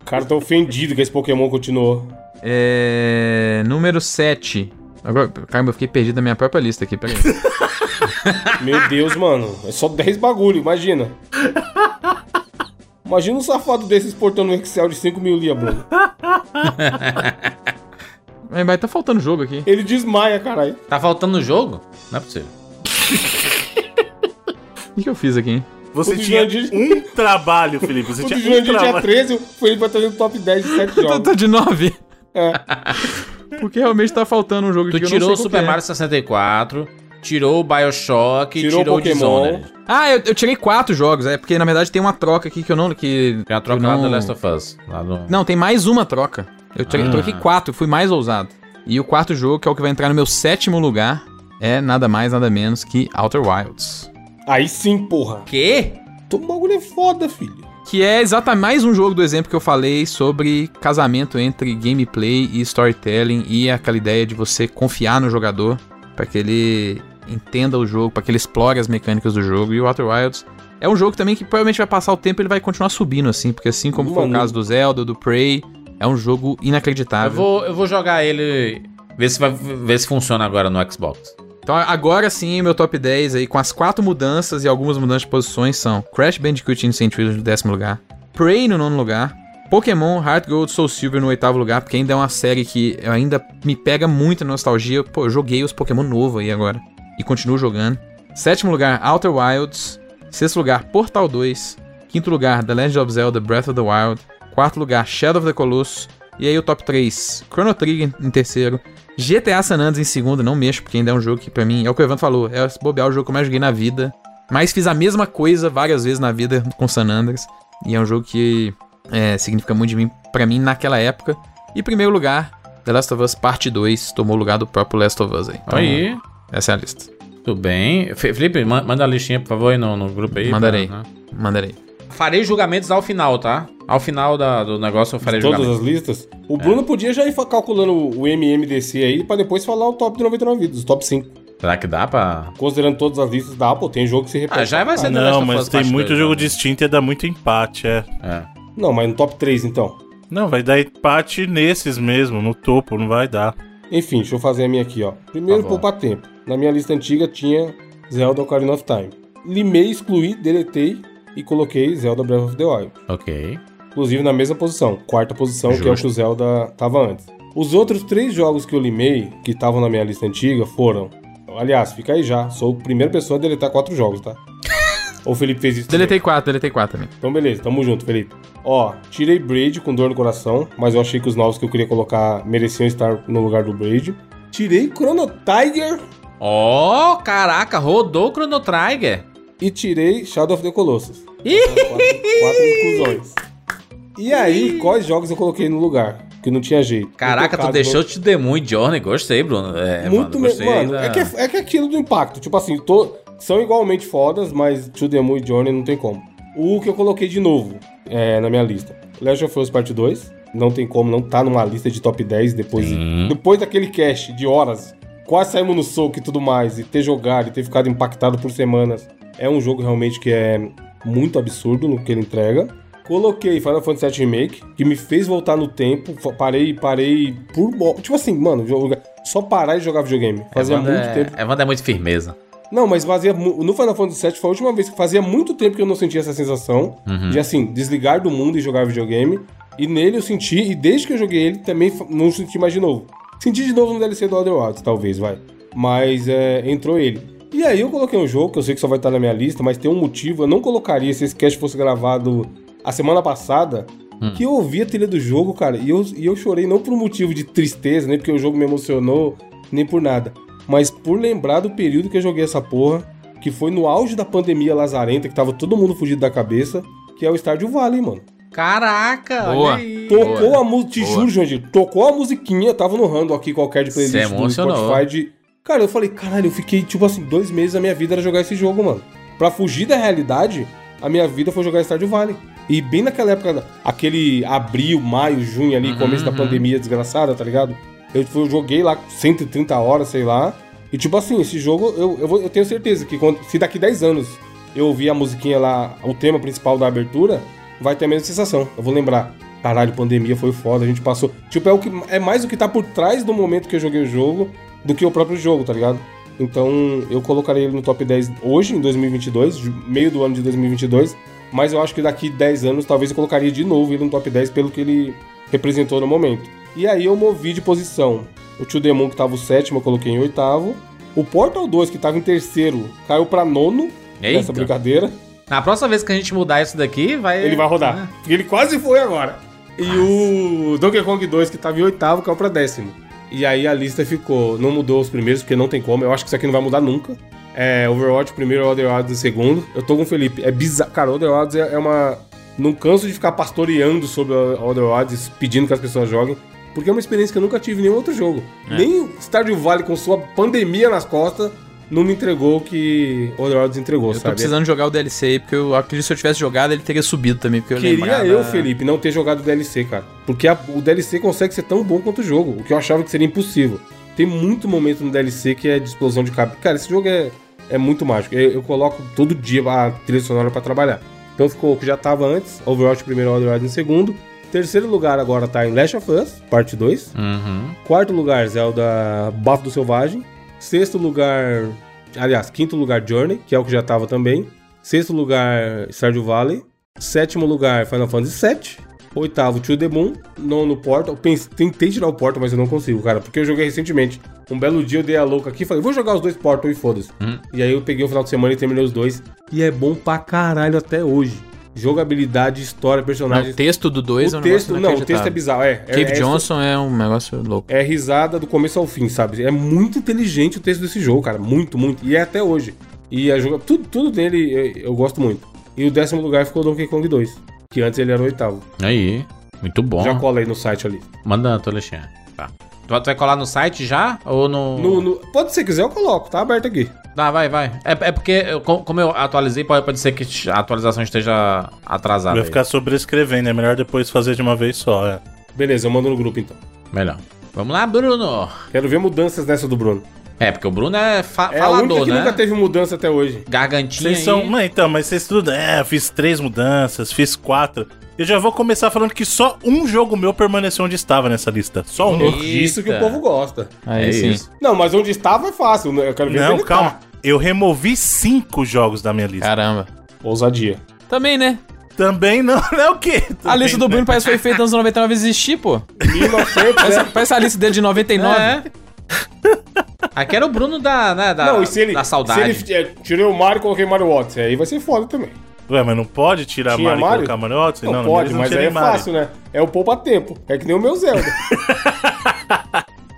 O cara tá ofendido que esse Pokémon continuou. É, número 7. Agora, caramba, eu fiquei perdido na minha própria lista aqui, peraí. Meu Deus, mano. É só 10 bagulho, imagina. Imagina um safado desse exportando um Excel de 5 mil lia, Bruno. Mas- Mas tá faltando jogo aqui. Ele desmaia, caralho. Tá faltando o jogo? Não é possível. O que que eu fiz aqui, hein? Você O do tinha Jurandir- um trabalho, Felipe. Você O tinha do um Jurandir dia trabalho. 13, o Felipe vai trazer o top 10 de 7 Eu jogos. tô de 9. É. Porque realmente tá faltando um jogo Tu aqui. eu não tirou o sei qual Super que é. Mario 64, tirou o Bioshock, Tirou tirou, o o Pokémon. Dishonored. Ah, eu, eu tirei quatro jogos, é. Porque na verdade tem uma troca aqui que eu não. Que Tem a troca eu não... lá do Last of Us. Lá no... Não, tem mais uma troca. Eu tirei, Ah. troquei quatro, fui mais ousado. E o quarto jogo, que é o que vai entrar no meu sétimo lugar, é nada mais, nada menos que Outer Wilds. Aí sim, porra. Quê? O bagulho é foda, filho. Que é exatamente mais um jogo do exemplo que eu falei sobre casamento entre gameplay e storytelling e aquela ideia de você confiar no jogador para que ele entenda o jogo, para que ele explore as mecânicas do jogo. E o Outer Wilds é um jogo também que provavelmente vai passar o tempo e ele vai continuar subindo assim, porque assim como foi o Mano. caso do Zelda, do Prey, é um jogo Eu inacreditável. vou, eu vou jogar ele. Ver se, vai, ver se funciona agora no Xbox. Então agora sim, meu top 10 aí, com as quatro mudanças e algumas mudanças de posições são Crash Bandicoot Insane Trilogy no décimo lugar, Prey no nono lugar, Pokémon, Heart Gold, Soul Silver no oitavo lugar, porque ainda é uma série que eu ainda me pega muito na nostalgia. Pô, eu joguei os Pokémon novo aí agora e continuo jogando. Sétimo lugar, Outer Wilds. Sexto lugar, Portal 2. Quinto lugar, The Legend of Zelda Breath of the Wild. Quarto lugar, Shadow of the Colossus. E aí o top 3, Chrono Trigger em terceiro, GTA San Andreas em segundo, não mexo, porque ainda é um jogo que pra mim, é o que o Evandro falou, é se bobear o jogo que eu mais joguei na vida. Mas fiz a mesma coisa várias vezes na vida com San Andreas. E é um jogo que é, significa muito de mim, pra mim naquela época. E primeiro lugar, The Last of Us Parte 2 tomou o lugar do próprio Last of Us aí. Então, Tá aí. Essa é a lista. Tudo bem. Fe- Felipe, man- manda a listinha, por favor, aí no, no grupo aí. Mandarei. pra- né? Mandarei. Farei julgamentos ao final, tá? Ao final da- do negócio eu farei Todas julgamentos. as listas. É. O Bruno podia já ir fa- calculando o MMDC aí pra depois falar o top de 99 vidas, os top 5. Será que dá pra. Considerando todas as listas da Apple, tem jogo que se repete. Ah, já vai ser Ah, The Last não, of mas Us tem parte muito dois, jogo né? distinto e dá muito empate, é. É. Não, mas no top 3 então. Não, vai dar empate nesses mesmo, no topo, não vai dar. Enfim, deixa eu fazer a minha aqui, ó. Tá Primeiro, bom. poupar tempo. Na minha lista antiga tinha Zelda Ocarina of Time. Limei, excluí, deletei e coloquei Zelda Breath of the Wild. Ok. Inclusive na mesma posição, quarta posição, que é o Justo. que o Zelda tava antes. Os outros três jogos que eu limei, que estavam na minha lista antiga, foram. Aliás, fica aí já. Sou a primeira pessoa a deletar quatro jogos, tá? Ou o Felipe fez isso. também? Deletei 4, deletei 4 também. Então, beleza, tamo junto, Felipe. Ó, tirei Braid com dor no coração, mas eu achei que os novos que eu queria colocar mereciam estar no lugar do Braid. Tirei Chrono Tiger Ó, caraca, rodou o Chrono Trigger. e tirei Shadow of the Colossus. Então, quatro, quatro inclusões. E aí, quais jogos eu coloquei no lugar? Que não tinha jeito. Caraca, tu Intocado, deixou te demônio Journey. Gostei, Bruno. É, mano, Muito menos. gostei Mano, da- é, que é, é que é aquilo do impacto. Tipo assim, to- são igualmente fodas, mas To The Moon e Journey não tem como. O que eu coloquei de novo é, na minha lista: Last of Us Part 2. Não tem como, não tá numa lista de top 10 depois, Sim. depois daquele cast de horas. Quase saímos no soco e tudo mais, e ter jogado e ter ficado impactado por semanas. É um jogo realmente que é muito absurdo no que ele entrega. Coloquei Final Fantasy VII Remake, que me fez voltar no tempo. fa- Parei, parei por. mo- Tipo assim, mano, joga- só parar e jogar videogame. Fazia Evandro muito é... tempo. Evandro é muito firmeza. Não, mas fazia. mu- No Final Fantasy VII foi a última vez que fazia muito tempo que eu não sentia essa sensação de, assim, desligar do mundo e jogar videogame. E nele eu senti, e desde que eu joguei ele também fa- não senti mais de novo. Senti de novo no DLC do Other Wilds, talvez, vai. Mas é, entrou ele. E aí eu coloquei um jogo que eu sei que só vai estar na minha lista, mas tem um motivo. Eu não colocaria se esse cast fosse gravado a semana passada. Que eu ouvi a trilha do jogo, cara, e eu, e eu chorei não por um motivo de tristeza, nem porque o jogo me emocionou, nem por nada. Mas por lembrar do período que eu joguei essa porra, que foi no auge da pandemia lazarenta, que tava todo mundo fugido da cabeça, que é o Stardew Valley, mano. Caraca, Boa. olha aí. Tocou Boa. a música, te Boa. juro, Jandir, tocou a musiquinha, eu tava no random aqui qualquer de Cê playlist do emocionou. Spotify de... Cara, eu falei, caralho, eu fiquei, tipo assim, dois meses da minha vida era jogar esse jogo, mano. Pra fugir da realidade, a minha vida foi jogar Stardew Valley. E bem naquela época, aquele abril, maio, junho ali, começo Uhum, da pandemia desgraçada, tá ligado? Eu, tipo, eu joguei lá 130 horas, sei lá. E tipo assim, esse jogo, eu, eu, vou- eu tenho certeza que quando, se daqui 10 anos eu ouvir a musiquinha lá, o tema principal da abertura, vai ter a mesma sensação. Eu vou lembrar. Caralho, pandemia foi foda, a gente passou. Tipo, é, o que, é mais o que tá por trás do momento que eu joguei o jogo do que o próprio jogo, tá ligado? Então eu colocarei ele no top 10 hoje, em 2022, ju- meio do ano de 2022. Mas eu acho que daqui 10 anos talvez eu colocaria de novo ele no top 10 pelo que ele representou no momento. E aí eu movi de posição. O Tio Demon que tava o sétimo, eu coloquei em oitavo. O Portal 2, que tava em terceiro, caiu pra nono nessa Eita. brincadeira. Na próxima vez que a gente mudar isso daqui, vai. Ele vai rodar. Ele quase foi agora. E o Donkey Kong 2, que tava em oitavo, caiu pra décimo. E aí a lista ficou. Não mudou os primeiros, porque não tem como. Eu acho que isso aqui não vai mudar nunca. É Overwatch primeiro, Other Wilds em segundo. Eu tô com o Felipe. É bizarro. Cara, Other Wilds é é uma. Não canso de ficar pastoreando sobre a Other Wilds, pedindo que as pessoas joguem. Porque é uma experiência que eu nunca tive em nenhum outro jogo. É. Nem Stardew Valley, com sua pandemia nas costas, não me entregou o que Other Wilds entregou, Eu tô sabe? É precisando jogar o DLC aí, porque eu acredito que se eu tivesse jogado, ele teria subido também, porque eu Queria lembrava- eu, Felipe, não ter jogado o DLC, cara. Porque a- o DLC consegue ser tão bom quanto o jogo, o que eu achava que seria impossível. Tem muito momento no DLC que é de explosão de cabeça. Cara, esse jogo é, é muito mágico. Eu, eu coloco todo dia a trilha sonora pra trabalhar. Então ficou o que já tava antes, Overwatch em primeiro, Overwatch em segundo. Terceiro lugar agora tá em Last of Us, parte 2. Uhum. Quarto lugar, é Zelda Bafo do Selvagem. Sexto lugar, aliás, quinto lugar, Journey, que é o que já tava também. Sexto lugar, Stardew Valley. Sétimo lugar, Final Fantasy VII. Oitavo, To The Moon. Nono, Portal. Pense- tentei tirar o Portal, mas eu não consigo, cara, porque eu joguei recentemente. Um belo dia eu dei a louca aqui e falei, vou jogar os dois Portal e foda-se. Hum. E aí eu peguei o final de semana e terminei os dois. E é bom pra caralho até hoje. Jogabilidade, história, Não, personagens. o texto do 2 é o um texto, negócio não, o texto é inacreditável. bizarro. É, é, Cave é- Johnson é um negócio louco. é risada do começo ao fim, sabe? É muito inteligente o texto desse jogo, cara. Muito, muito. E é até hoje. E a joga... tudo, tudo dele eu, eu gosto muito. E o décimo lugar ficou Donkey Kong 2, que antes ele era o oitavo. Aí. Muito bom. Já colei no site ali. Manda, tô Alexandre. Tá. Tu, tu vai colar no site já? Ou no. No, no- Pode ser quiser, eu coloco, tá aberto aqui. Ah, vai, vai. É, é porque, eu- co- como eu atualizei, pode, pode ser que a atualização esteja atrasada. Vai aí. ficar sobrescrevendo, é melhor depois fazer de uma vez só, é. Beleza, eu mando no grupo então. Melhor. Vamos lá, Bruno. Quero ver mudanças nessa do Bruno. É, porque o Bruno é fa É a única falador, que né? nunca teve mudança até hoje. Gargantinha. Vocês aí. são. Não, então, mas vocês tudo. É, eu fiz três mudanças, fiz quatro. Eu já vou começar falando que só um jogo meu permaneceu onde estava nessa lista. Só um. Eita. Isso que o povo gosta. Aí É sim. isso. Não, mas onde estava é fácil. né? Eu quero ver se Não, ele tá. calma. Eu removi cinco jogos da minha lista. Caramba. Ousadia. Também, né? Ah. Também não, não é o quê? A lista né? do Bruno parece que foi feita nos anos 99 existir, pô. 1900, né? Parece, parece a lista dele de 99. É. Aqui era o Bruno da, né, da, não, e se ele, da saudade. Se ele, é, tirei o Mario e coloquei Mario Watts, aí vai ser foda também. Ué, mas não pode tirar Tinha Mario e Mario? colocar Mario Odyssey? Não, Não, na minha pode, lista não mas aí tirei é fácil, né? É o poupa-tempo. É que nem o meu Zelda.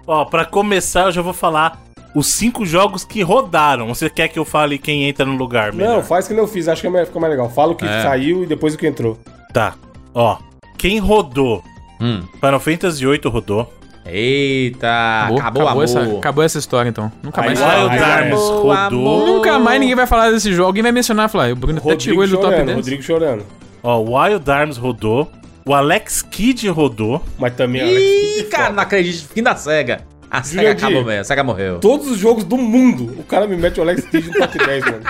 Ó, pra começar, eu já vou falar os cinco jogos que rodaram. Você quer que eu fale quem entra no lugar mesmo? não, faz que nem eu fiz, acho que é melhor- fica mais legal. Fala o que É. saiu e depois o que entrou. Tá. Ó, quem rodou? Hum. Final Fantasy VIII rodou. Ah, Eita, Acabou, acabou, acabou amor. essa, acabou essa história, então. Nunca Aí mais. vai. Wild acabou, Arms rodou. Nunca mais ninguém vai falar desse jogo. Alguém vai mencionar e falar. "Ah, O Bruno até tirou Rodrigo ele do top chorando, 10. Rodrigo chorando. Ó, Wild Arms rodou. O Alex Kidd rodou. Mas também, Ih, Alex, cara, não acredito. Fim da SEGA. A SEGA Jurandir. acabou mesmo. A SEGA morreu. todos os jogos do mundo, o cara me mete o Alex Kidd no top 10, mano.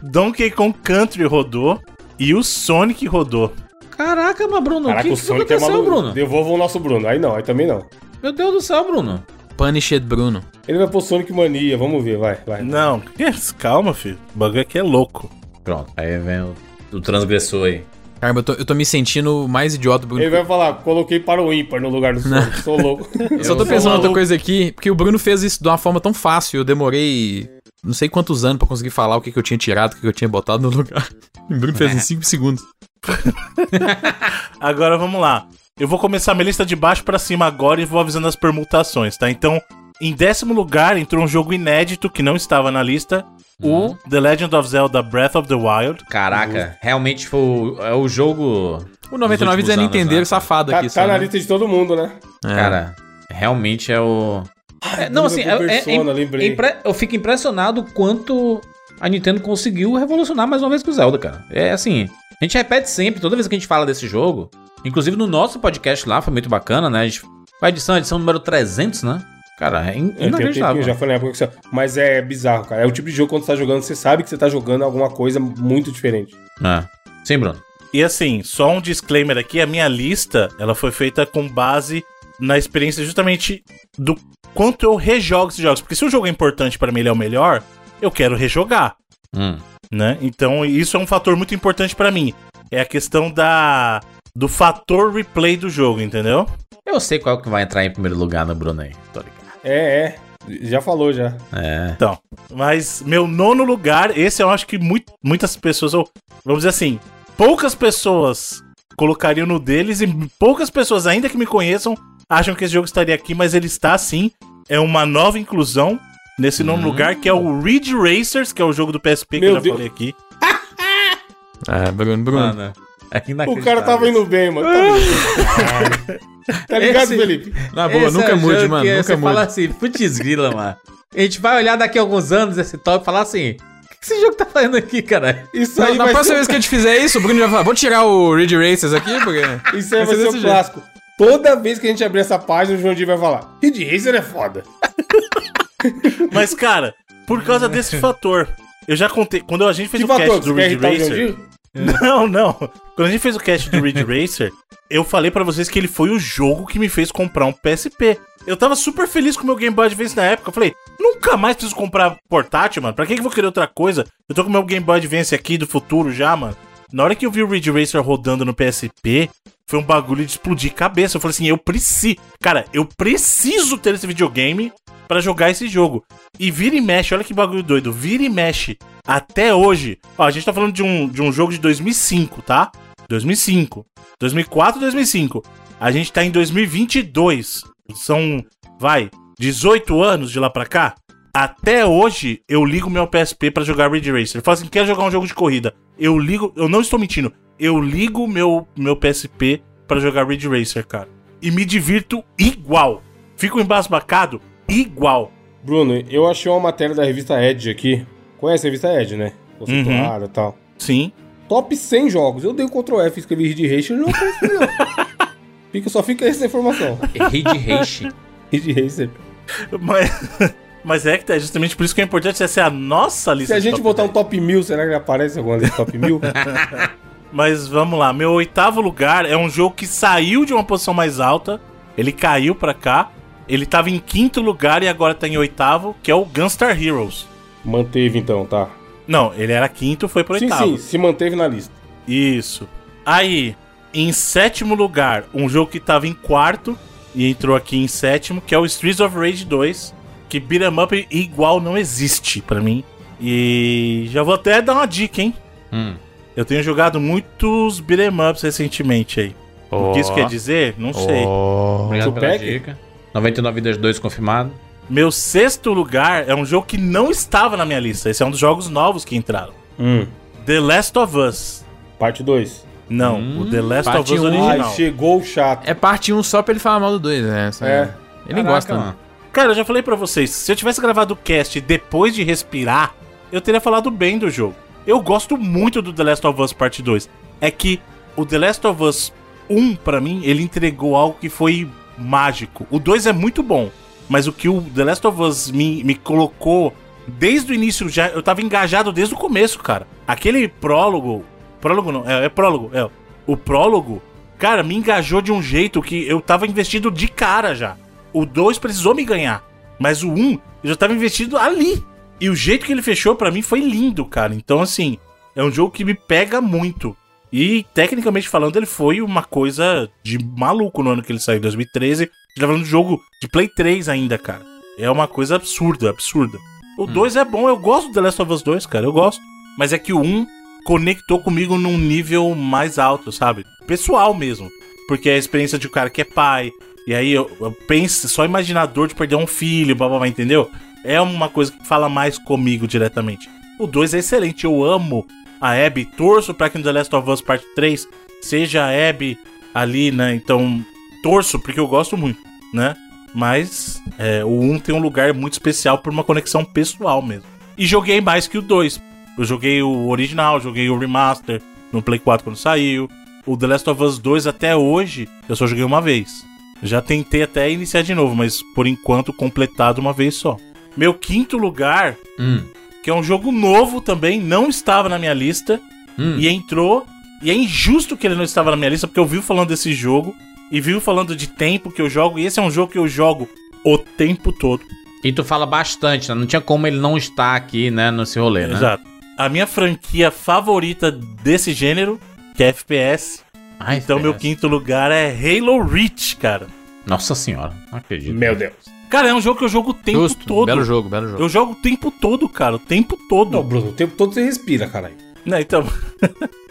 Donkey Kong Country rodou. E o Sonic rodou. Caraca, mas Bruno, o Caraca, que, o que Sonic é aconteceu, maluco. Bruno? Devolva o nosso Bruno. Aí não, aí também não. Meu Deus do céu, Bruno. Punished Bruno. Ele vai pôr Sonic Mania, vamos ver, vai, vai. Não, que- calma, filho. O bagulho aqui é louco. Pronto, aí vem o, o transgressor aí. Caramba, eu tô, eu tô me sentindo mais idiota do Bruno. Ele vai falar, coloquei para o ímpar no lugar do Sonic, sou louco. Eu só Eu sou tô pensando outra maluco. coisa aqui, porque o Bruno fez isso de uma forma tão fácil, eu demorei não sei quantos anos pra conseguir falar o que, que eu tinha tirado, o que, que eu tinha botado no lugar. O Bruno fez em 5 segundos. Agora vamos lá. Eu vou começar minha lista de baixo pra cima agora e vou avisando as permutações, tá? Então, em décimo lugar entrou um jogo inédito que não estava na lista, o The Legend of Zelda Breath of the Wild. Caraca, realmente foi o, é o jogo. O 99 Nos últimos dizendo anos, Nintendo né? safado Tá, aqui, tá só, na né? lista de todo mundo, né? É. Cara, realmente é o. É, não, assim, é, Persona, é- é- é lembrei. impre- eu fico impressionado quanto a Nintendo conseguiu revolucionar mais uma vez com o Zelda, cara. É assim, a gente repete sempre, toda vez que a gente fala desse jogo, inclusive no nosso podcast lá, foi muito bacana, né? A gente foi a edição, a edição número 300, né? Cara, é in- É, tem um tempinho, inacreditável. já foi na época que você... Mas é bizarro, cara. É o tipo de jogo quando você tá jogando, você sabe que você tá jogando alguma coisa muito diferente. É. Sim, Bruno. E assim, só um disclaimer aqui, a minha lista, ela foi feita com base na experiência justamente do quanto eu rejogo esses jogos, porque se o jogo é importante pra mim, ele é o melhor, eu quero rejogar. Hum. né? Então isso é um fator muito importante pra mim. É a questão da do fator replay do jogo, entendeu? Eu sei qual que vai entrar em primeiro lugar no Bruno aí, tô ligado. É, é. Já falou, já. É. Mas meu nono lugar, esse eu acho que muito, muitas pessoas, ou vamos dizer assim, poucas pessoas colocariam no deles e poucas pessoas ainda que me conheçam acham que esse jogo estaria aqui, mas ele está sim. É uma nova inclusão nesse nono lugar que é o Ridge Racers, que é o jogo do PSP que Uhum. Meu eu já Deus. falei aqui. É, Bruno, Bruno. Mano, é O cara tava indo bem, mano. Tá, bem. Tá ligado, Esse- Felipe? Na boa, Esse nunca é o mude, jogo mano, que nunca você mude. fala assim, putz grila, mano. A gente vai olhar daqui a alguns anos esse top e falar assim, o que que esse jogo tá fazendo aqui, cara? Isso Na, aí na vai próxima ser, vez que a gente fizer isso, o Bruno vai falar, vou tirar o Ridge Racers aqui, porque... um- isso aí vai ser vai ser desse o clássico. Toda vez que a gente abrir essa página, o João Di vai falar: Kid Racer é foda. Mas cara, por causa desse fator, eu já contei quando a gente fez Que o cast fator? do Você Tipo quer Ridge irritar o João Racer. Di? Não, não. Quando a gente fez o cast do Ridge Racer, eu falei pra vocês que ele foi o jogo que me fez comprar um PSP. Eu tava super feliz com o meu Game Boy Advance na época. Eu falei, nunca mais preciso comprar portátil, mano. Pra que que eu vou querer outra coisa? Eu tô com o meu Game Boy Advance aqui do futuro já, mano. Na hora que eu vi o Ridge Racer rodando no PSP, foi um bagulho de explodir cabeça. Eu falei assim, eu preciso. Cara, eu preciso ter esse videogame pra jogar esse jogo. E vira e mexe, olha que bagulho doido. Vira e mexe. Até hoje. Ó, a gente tá falando de um, de um jogo de 2005, tá? 2005. 2004, 2005. A gente tá em 2022. São, vai, 18 anos de lá pra cá. Até hoje, eu ligo meu PSP pra jogar Ridge Racer. Eu falo assim, quer jogar um jogo de corrida? Eu ligo, eu não estou mentindo. Eu ligo meu, meu PSP pra jogar Ridge Racer, cara. E me divirto igual. Fico embasbacado igual. Bruno, eu achei uma matéria da revista Edge aqui. Conhece a revista Edge, né? Conceituada e tal. Sim. Top 100 jogos. Eu dei o Ctrl F, escrevi Ridge Racer e não apareceu, não. Fica, só fica essa informação. Rede Reishi. Ridge Racer. Mas, mas é que é justamente por isso que é importante essa é a nossa lista. Se a de gente top botar um 10. top 1000, será que aparece alguma desse top 1000? Mas vamos lá, meu oitavo lugar é um jogo que saiu de uma posição mais alta, ele caiu pra cá, ele tava em quinto lugar e agora tá em oitavo, que é o Gunstar Heroes. Manteve então, tá? Não, ele era quinto, foi pro Sim, oitavo. sim, se manteve na lista. Isso. Aí, em sétimo lugar, um jogo que tava em quarto e entrou aqui em sétimo, que é o Streets of Rage 2, que beat 'em up igual não existe pra mim. E já vou até dar uma dica, hein? Hum. Eu tenho jogado muitos beat 'em ups recentemente aí. O que isso quer dizer? Não sei. Obrigado pela Tupac? dica. 99 vidas 2 confirmado. Meu sexto lugar é um jogo que não estava na minha lista. Esse é um dos jogos novos que entraram. Hum. The Last of Us. Parte 2. Não, Hum, o The Last of parte Us um. Ai, original. chegou o chato. É parte 1 só pra ele falar mal do 2, né? Essa- É. Ele Caraca, nem gosta, né? mano. mano. Cara, eu já falei pra vocês, se eu tivesse gravado o cast depois de respirar, eu teria falado bem do jogo. Eu gosto muito do The Last of Us Parte 2. É que o The Last of Us 1, pra mim, ele entregou algo que foi mágico. O 2 é muito bom, mas o que o The Last of Us me, me colocou desde o início, já eu tava engajado desde o começo, cara. Aquele prólogo. Prólogo não, é, é prólogo, é. O prólogo, cara, me engajou de um jeito que eu tava investido de cara já. O 2 precisou me ganhar. Mas o 1 eu já tava investido ali. E o jeito que ele fechou pra mim foi lindo, cara. Então, assim, é um jogo que me pega muito. E, tecnicamente falando, ele foi uma coisa de maluco no ano que ele saiu, em 2013. A gente tá falando de jogo de Play 3 ainda, cara. É uma coisa absurda, absurda. O 2 é bom, eu gosto do The Last of Us 2, cara, eu gosto. Mas é que o 1 conectou comigo num nível mais alto, sabe? Pessoal mesmo. Porque é a experiência de um cara que é pai. E aí eu, eu penso, só imaginar a dor de perder um filho, blá blá blá, entendeu? É uma coisa que fala mais comigo diretamente. O 2 é excelente, eu amo a Abby, torço pra que no The Last of Us Part 3 seja a Abby ali, né? Então, torço, porque eu gosto muito, né? Mas é, o 1 tem um lugar muito especial por uma conexão pessoal mesmo. E joguei mais que o 2. Eu joguei o original, joguei o remaster no Play 4 quando saiu. O The Last of Us 2 até hoje eu só joguei uma vez. Já tentei até iniciar de novo, mas por enquanto completado uma vez só. Meu quinto lugar Hum. que é um jogo novo também, não estava na minha lista Hum. e entrou. E é injusto que ele não estava na minha lista, porque eu vivo falando desse jogo e vivo falando de tempo que eu jogo, e esse é um jogo que eu jogo o tempo todo. E tu fala bastante, né? Não tinha como ele não estar aqui, né, nesse rolê, né? Exato. A minha franquia favorita desse gênero, que é FPS, Ai, então meu fera. quinto lugar é Halo Reach, cara. Nossa senhora, não acredito. Meu Deus. Cara, é um jogo que eu jogo o tempo Justo, todo. belo jogo, belo jogo. Eu jogo o tempo todo, cara, o tempo Não, todo. Bruno, o tempo todo você respira, caralho. Né, então,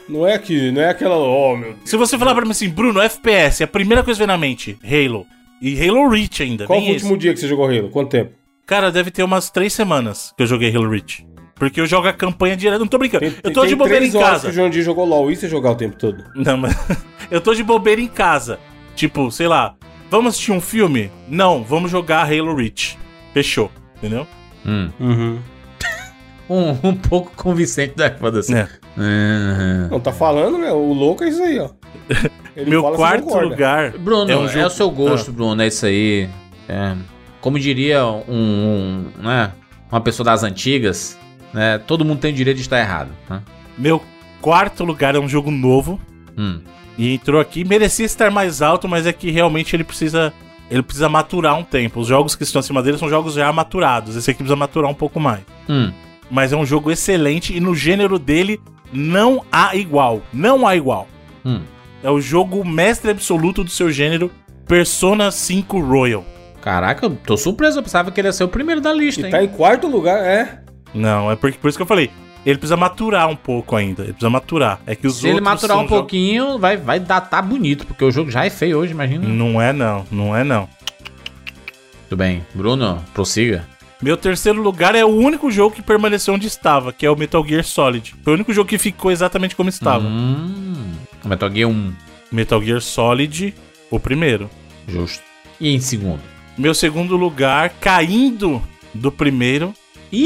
Não é que, não é aquela, oh meu Deus. Se você falar pra mim assim, Bruno, FPS, a primeira coisa que vem na mente, Halo. E Halo Reach ainda. Qual vem foi o último dia que você jogou Halo? Quanto tempo? esse. Cara, deve ter umas três semanas que eu joguei Halo Reach. Porque eu jogo a campanha direto. Não tô brincando. eu tô de bobeira em três horas casa. que o João Dias jogou LOL e você jogar o tempo todo. Não, mas. eu tô de bobeira em casa. Tipo, sei lá, vamos assistir um filme? Não, vamos jogar Halo Reach. Fechou. Entendeu? Hum. Uhum. Um, um pouco convincente da foda-se. É. Uhum. Não, tá falando, meu, o louco é isso aí, ó. Ele Meu fala, assim, você quarto concorda. lugar. Bruno, é, um jogo- o seu gosto, Bruno, é isso aí. É. Como diria um, um, né, uma pessoa das antigas, né, todo mundo tem o direito de estar errado. Né? Meu quarto lugar é um jogo novo. Hum. E entrou aqui, merecia estar mais alto, mas é que realmente ele precisa. Ele precisa maturar um tempo. Os jogos que estão acima dele são jogos já maturados. Esse aqui precisa maturar um pouco mais. Hum. Mas é um jogo excelente e no gênero dele não há igual. Não há igual. Hum. É o jogo mestre absoluto do seu gênero, Persona 5 Royal. Caraca, eu tô surpreso. Eu pensava que ele ia ser o primeiro da lista, E hein? tá em quarto lugar, é. Não, é por, por isso que eu falei. Ele precisa maturar um pouco ainda. Ele precisa maturar. É que os Se ele outros maturar são um jogos- pouquinho, vai, vai datar bonito, porque o jogo já é feio hoje, imagina. Hum. Não é não, não é não. Muito bem. Bruno, prossiga. Meu terceiro lugar é o único jogo que permaneceu onde estava, que é o Metal Gear Solid. Foi o único jogo que ficou exatamente como Tá. estava. Hum. Metal Gear 1, Metal Gear Solid, o primeiro. justo. E em segundo? Meu segundo lugar, caindo do primeiro.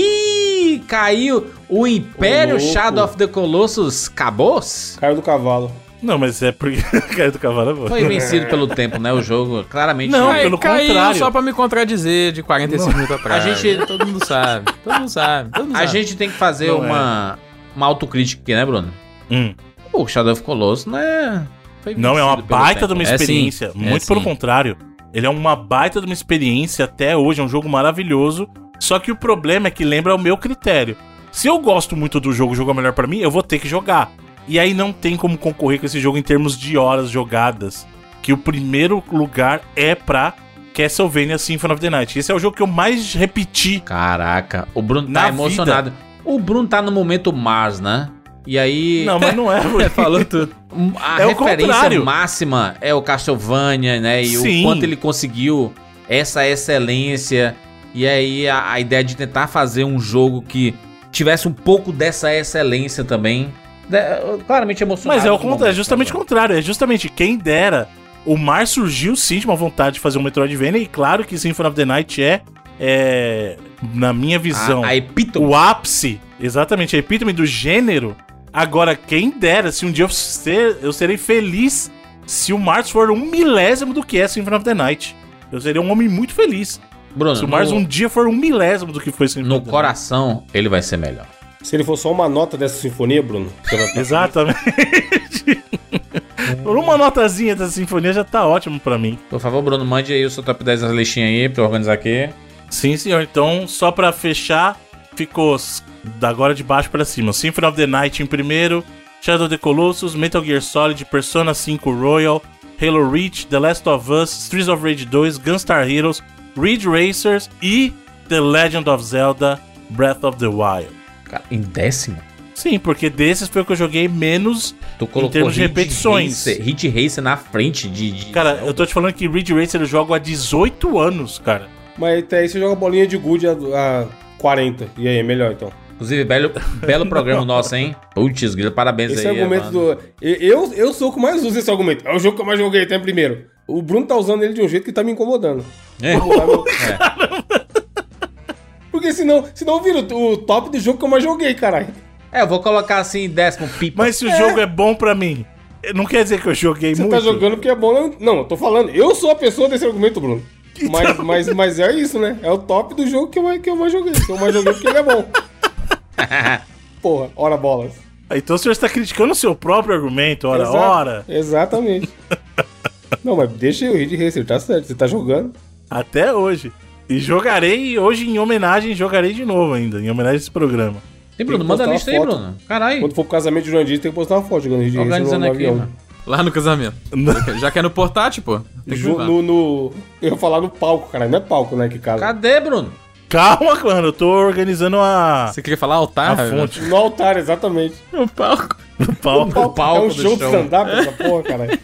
Ih, caiu o Império Ô, louco. Shadow of the Colossus acabou Caiu do cavalo. Não, mas é porque caiu do cavalo. é bom. Foi vencido pelo tempo, né? O jogo, claramente. Não, Ai, pelo caiu contrário. só pra me contradizer de 45 minutos atrás. A gente- Todo mundo sabe. Todo mundo sabe. Todo mundo A sabe. gente tem que fazer Não é. uma, uma autocrítica aqui, né, Bruno? Hum. O Shadow of the Colossus não é. foi Não, é uma vencido pelo baita tempo. de uma É sim, experiência. é Muito pelo sim. contrário. Ele é uma baita de uma experiência até hoje, é um jogo maravilhoso. Só que o problema é que lembra o meu critério. Se eu gosto muito do jogo, o jogo é melhor pra mim, eu vou ter que jogar. E aí não tem como concorrer com esse jogo em termos de horas jogadas. Que o primeiro lugar é pra Castlevania Symphony of the Night. Esse é o jogo que eu mais repeti. Caraca, o Bruno tá Na emocionado. O Bruno tá no momento Mars, né? E aí. Não, mas não é. porque- falou tudo. um, A É o referência contrário. máxima é o Castlevania, né? E Sim. o quanto ele conseguiu essa excelência. E aí a, a ideia de tentar fazer um jogo que tivesse um pouco dessa excelência também. De- claramente emocionado. Mas é o com o contrário, é momento, justamente o né? contrário. É justamente quem dera. O Mar surgiu sim de uma vontade de fazer um Metroidvania, e claro que Symphony of the Night é, é, na minha visão, A, a epítome. o ápice, exatamente, a epítome do gênero. Agora, quem dera, se um dia eu, ser, eu serei feliz se o Mars for um milésimo do que é Symphony of the Night. Eu seria um homem muito feliz. Se Bruno, o Mars no, um dia for um milésimo do que foi Symphony no of the Night. coração ele vai ser melhor. Se ele for só uma nota dessa sinfonia, Bruno, você vai Exatamente. Por uma notazinha dessa sinfonia já tá ótimo pra mim. Por favor, Bruno, mande aí o seu top 10 das listinhas aí pra eu organizar aqui. Sim, senhor. Então, só pra fechar, ficou s- da agora de baixo pra cima. Symphony of the Night em primeiro, Shadow of the Colossus, Metal Gear Solid, Persona 5 Royal, Halo Reach, The Last of Us, Streets of Rage 2, Gunstar Heroes, Ridge Racers e The Legend of Zelda Breath of the Wild. Cara, em décimo? Sim, porque desses foi o que eu joguei menos. Tu colocou termos de Ridge repetições. Racer, Ridge Racer na frente de... de- Cara, eu tô te falando que Ridge Racer eu jogo há 18 anos, cara. Mas até aí você joga bolinha de gude a, a 40. E aí, melhor então. Inclusive, belo, belo programa nosso, hein? Putz, grilo, parabéns Esse aí. é argumento Evandro. do. e- Eu, eu sou o que mais usa esse argumento. É o jogo que eu mais joguei, até primeiro. O Bruno tá usando ele de um jeito que tá me incomodando. É. Vou botar meu- Porque senão, senão vira o, o top do jogo que eu mais joguei, caralho. É, eu vou colocar assim, décimo pipa. Mas se o jogo é bom pra mim, não quer dizer que eu joguei Tá. Você muito. tá jogando porque é bom. Não, não, eu tô falando. Eu sou a pessoa desse argumento, Bruno. Mas, mas, mas é isso, né? É o top do jogo que eu, mais- que eu mais joguei. Que eu mais joguei porque ele é bom. Porra, ora bolas. Ah, Então o senhor está criticando o seu próprio argumento, ora, Exa- ora. Exatamente. não, mas deixa o Ridge Racer, tá certo. Você tá jogando. Até hoje. E jogarei hoje em homenagem, jogarei de novo ainda, em homenagem a esse programa. Tem, Bruno, Tem que manda a lista postar uma aí, foto. Bruno. Caralho, Quando for pro casamento de Jurandir, tem que postar uma foto jogando Ridge Racer no, organizando no aqui, avião. mano. Lá no casamento. Já que é no portátil, pô. Tem que Ju- levar. no, no- Eu ia falar no palco, cara. Não é palco, né? Que casa. Cadê, Bruno? Calma, mano, eu tô organizando a, Você queria falar altar? Ah, a fonte No altar, exatamente. No palco. né? do palco. palco é um do show de chão. stand-up essa porra, caralho.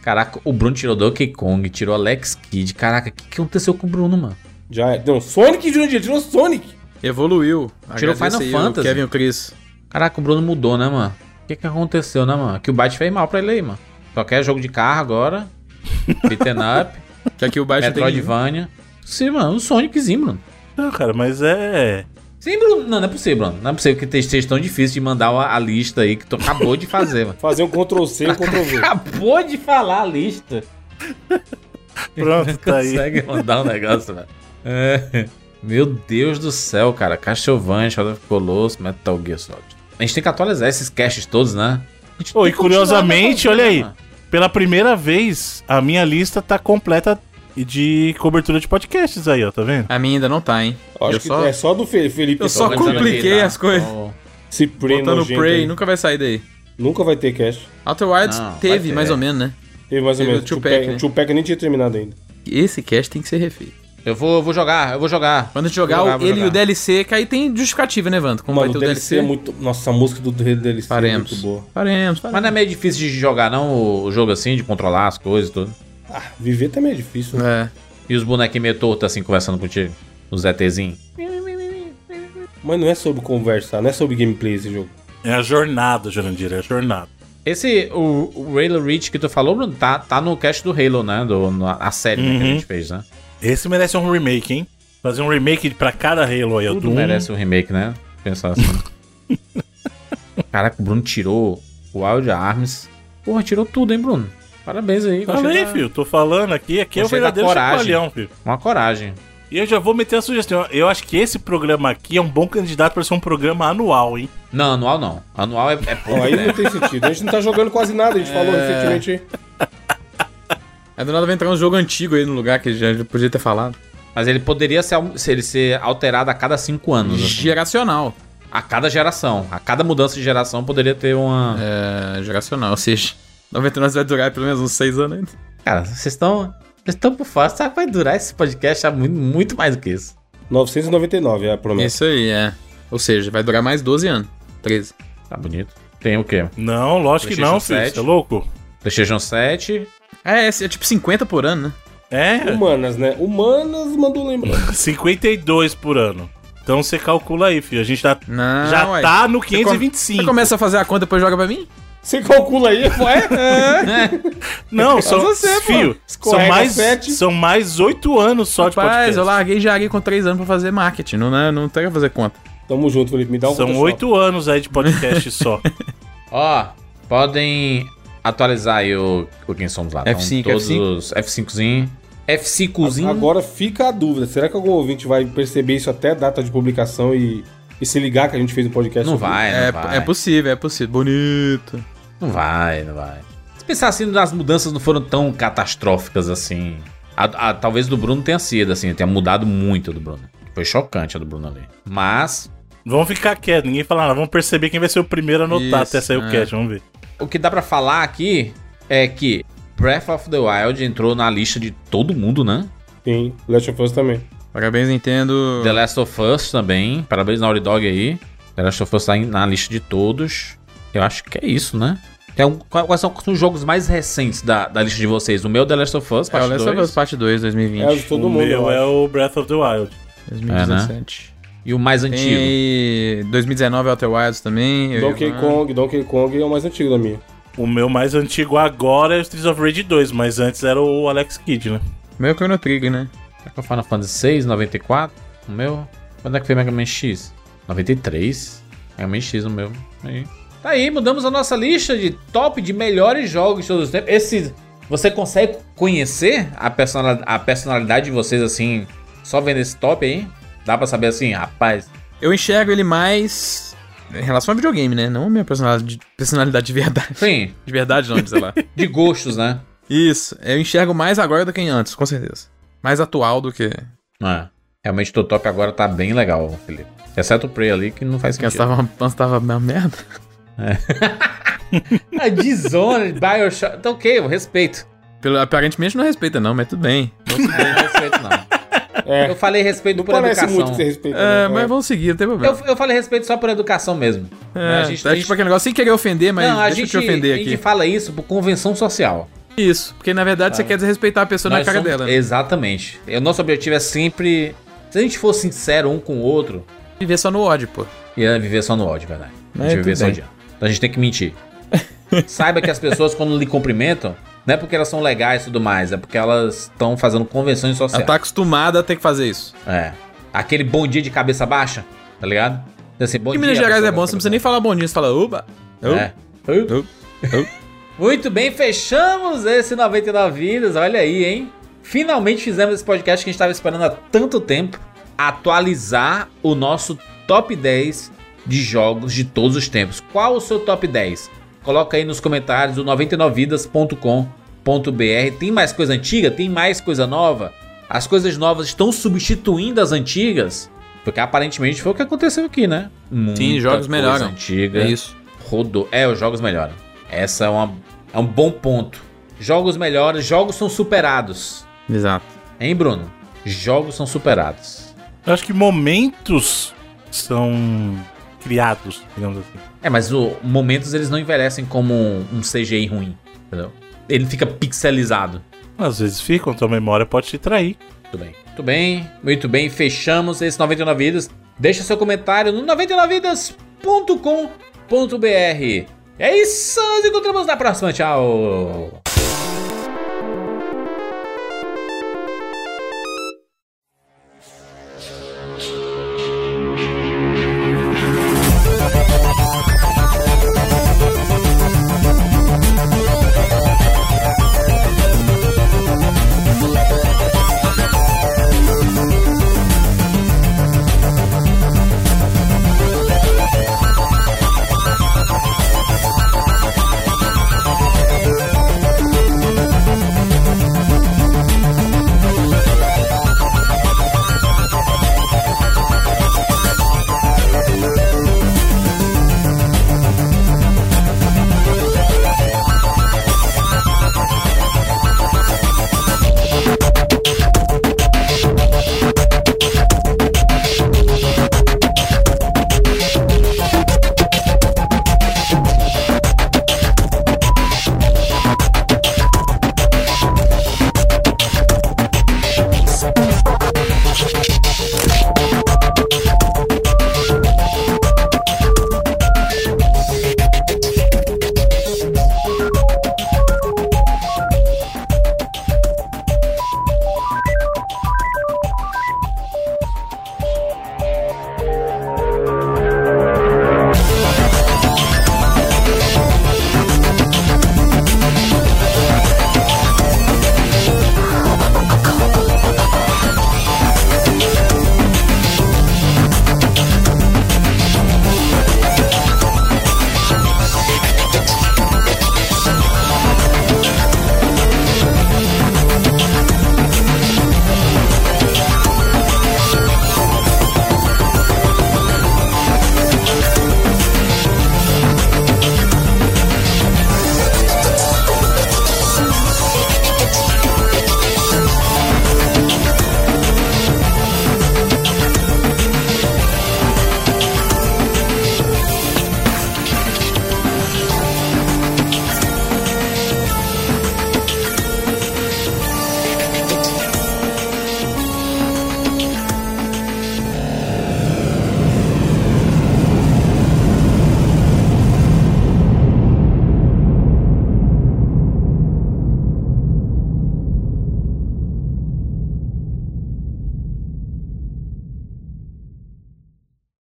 Caraca, o Bruno tirou Donkey Kong, tirou Alex Kidd. Caraca, o que, que aconteceu com o Bruno, mano? Já é. Não, Sonic Jurandir, tirou Sonic. Evoluiu. Tirou Agradeço Final aí o Fantasy. Kevin e o Chris. Caraca, o Bruno mudou, né, mano? O que, que aconteceu, né, mano? Que o Byte fez mal pra ele aí, mano. Só quer jogo de carro agora. Beaten up, Que aqui o É baixo tem... Metroidvania. Sim, mano, um Soniczinho, Bruno. Não, cara, mas é. Sim, Bruno. Não, não é possível, Bruno. Não é possível que te- esteja tão difícil de mandar a, a lista aí que tu acabou de fazer, mano. Fazer um Ctrl-C e um Ctrl-V. Acabou de falar a lista. Pronto, tá aí. Consegue mandar um negócio, velho. É. Meu Deus do céu, cara. Castlevania, Shadow of the Colossus, Metal Gear Solid. A gente tem que atualizar esses caches todos, né? A gente Ô, tem e que continuar curiosamente, atualizando, olha aí. mano. Pela primeira vez, a minha lista tá completa de cobertura de podcasts aí, ó, tá vendo? A minha ainda não tá, hein. Acho eu que só... é só do Fe- Felipe. Eu só Tá Organizando organizando. compliquei aqui, tá? as coisas. Ó, Esse prey Botando nojento Prey, aí. nunca vai sair daí. Nunca vai ter cash. Outer Wilds Não, vai teve, ter. mais ou menos, né? Teve mais ou Teve menos. o O Tupac, Tupac, né? o Tupac nem tinha terminado ainda. Esse cast tem que ser refeito. Eu vou, eu vou jogar, eu vou jogar. Quando a gente jogar, Vou o- vou ele e o DLC, que aí tem justificativa, né, Vando? Como Mano, vai ter o o DLC DLC. é muito. Nossa, a música do do DLC Faremos. é muito boa. Faremos, Mas não é meio difícil de jogar, não, o jogo assim, de controlar as coisas e tudo. Ah, viver também é difícil, né? É. E os bonequinhos meio tortos assim conversando contigo. Os ETzinhos. Mas não é sobre conversar, não é sobre gameplay esse jogo. É a jornada, Jurandir, é a jornada. Esse, o, o Halo Reach que tu falou, Bruno, tá, tá no cast do Halo, né? Do, na- a série né, que a Uhum. gente fez, né? Esse merece um remake, hein? Fazer um remake pra cada Halo aí, ó. Tudo do um- merece um remake, né? Pensar assim. Caraca, o Bruno tirou o Wild Arms. Porra, tirou tudo, hein, Bruno? Parabéns aí. Falei, Gostei da- filho, tô falando aqui, aqui é o Gostei da verdadeiro coragem. chacoalhão, filho. Uma coragem. E eu já vou meter a sugestão. Eu acho que esse programa aqui é um bom candidato pra ser um programa anual, hein? Não, anual não. Anual é, é pouco, Não, aí né? não tem sentido. A gente não tá jogando quase nada, a gente falou É. recentemente. Aí do nada vai entrar um jogo antigo aí no lugar que já já podia ter falado. Mas ele poderia ser, al- se ele ser alterado a cada cinco anos. assim. Geracional. A cada geração. A cada mudança de geração poderia ter uma. É, geracional, ou seja, 99 vai durar pelo menos uns 6 anos ainda. Cara, vocês estão. Vocês estão por fora. Sabe que vai durar esse podcast há muito, muito mais do que isso? 999 é a promessa. Isso aí, é. Ou seja, vai durar mais 12 anos. 13. Tá bonito. Tem o quê? Não, lógico que não, PlayStation filho. 7. Você é louco? PlayStation 7. É, é, é tipo 50 por ano, né? É, Humanas, né? Humanas mandou lembrar. 52 por ano. Então você calcula aí, filho. A gente tá, Não, já ué. tá no Você come- Você 525. começa a fazer a conta e depois joga pra mim? Você calcula aí, é? Não, são, você, pô. filho, são Escorrega mais, sete. são mais 8 anos só de Rapaz, podcast. eu larguei e jarguei com 3 anos pra fazer marketing. Não, né? não, não tem que fazer conta. Tamo junto, Felipe. Me dá um São Photoshop. 8 anos aí de podcast só. Ó, podem atualizar aí o, o quem somos lá. F5, Então, todos F5. os F5zinho. F5zinho. Agora fica a dúvida: será que algum ouvinte vai perceber isso até a data de publicação e, e se ligar que a gente fez um podcast? não sobre vai, não É, vai. é possível, é possível. Bonito. Não vai, não vai. Se pensar assim, as mudanças não foram tão catastróficas assim. A- a- talvez do Bruno tenha sido, assim, tenha mudado muito a do Bruno. Foi chocante a do Bruno ali. Mas Vamos ficar quietos, ninguém fala nada. Vamos perceber quem vai ser o primeiro a anotar Isso, até sair é. o cast, vamos ver. o que dá pra falar aqui é que Breath of the Wild entrou na lista de todo mundo, né? Sim, Last of Us também. Parabéns, Nintendo. The Last of Us também. Parabéns, Naughty Dog aí. The Last of Us tá em- na lista de todos. Eu acho que é isso, né? Tem um- qual- quais são os jogos mais recentes da, da lista de vocês? O meu The Last of Us, É, o parte Last of 2, Us Parte 2, É o de 2020. todo o mundo. eu meu é acho. o Breath of the Wild. 2017. e o mais É, Tem né? antigo. aí 2019 Outer Wilds também. eu ia Donkey falar. Kong. Donkey Kong é o mais antigo da minha. O meu mais antigo agora é o Streets of Rage 2, mas antes era o Alex Kidd, né? Meu Chrono Trigger, né? Será que é o Final Fantasy 6, 94? O meu? Quando é que foi Mega Man X? 93? Mega Man X o meu. Aí. Tá aí, mudamos a nossa lista de top de melhores jogos de todos os tempos. Esse, você consegue conhecer a personalidade, a personalidade de vocês assim, só vendo esse top aí? Dá pra saber assim, rapaz, Eu enxergo ele mais em relação a videogame, né? Não a minha personalidade, personalidade de verdade. enfim, De verdade, não, sei lá. de gostos, né? Isso, eu enxergo mais agora do que antes, com certeza. Mais atual do que É. Realmente o teu top agora tá bem legal, Felipe. Exceto o Prey ali, que não faz que é antes sentido. tava, antes tava uma merda. Ah, Dishonored, Bioshock, tá ok, eu respeito. Pelo, aparentemente não respeita, não, mas tudo bem. Eu não respeito, não. É. Eu falei respeito Não por parece educação. muito né? que você respeita. É, né? mas vamos seguir, não tem Eu, problema. eu falei respeito só por educação mesmo. Né, É, a gente- tá a gente- tipo aquele negócio sem querer ofender, mas não, a deixa gente, eu te ofender a gente aqui. fala isso por convenção social. Isso, porque na verdade você quer desrespeitar a pessoa na Nós cara somos- dela. Né? Exatamente. E O nosso objetivo é sempre. Se a gente for sincero um com o outro, Viver só no ódio, pô. ia viver só no ódio, verdade. A É, gente ia viver tudo só bem. odiando. Então a gente tem que mentir. Saiba que as pessoas, quando lhe cumprimentam, não é porque elas são legais e tudo mais, é porque elas estão fazendo convenções Ela sociais. tá acostumada a ter que fazer isso. É. Aquele bom dia de cabeça baixa, tá ligado? Então, assim, bom em Minas dia, Gerais é pessoal, bom, você não precisa nem falar bom dia, você fala uba. É. Muito bem, fechamos esse 99 Vidas. Olha aí, hein? Finalmente fizemos esse podcast que a gente estava esperando há tanto tempo atualizar o nosso top 10 de jogos de todos os tempos. Qual o seu top 10? Coloca aí nos comentários o 99vidas.com.br. Tem mais coisa antiga? Tem mais coisa nova? As coisas novas estão substituindo as antigas? Porque aparentemente foi o que aconteceu aqui, né? Muita jogos coisa melhoram. Antiga. É isso. Rodou. É, os jogos melhoram. Essa é, uma, é um bom ponto. Jogos melhoram, jogos são superados. Exato. Hein, Bruno? Jogos são superados. Eu acho que momentos são criados, digamos assim. É, mas o momentos eles não envelhecem como um, um CGI ruim, entendeu? Ele fica pixelizado. Às vezes ficam, tua memória pode te trair. Muito bem. Muito bem, muito bem. Fechamos esse 99 Vidas. Deixa seu comentário no 99vidas.com.br. É isso, nos encontramos na próxima. Tchau!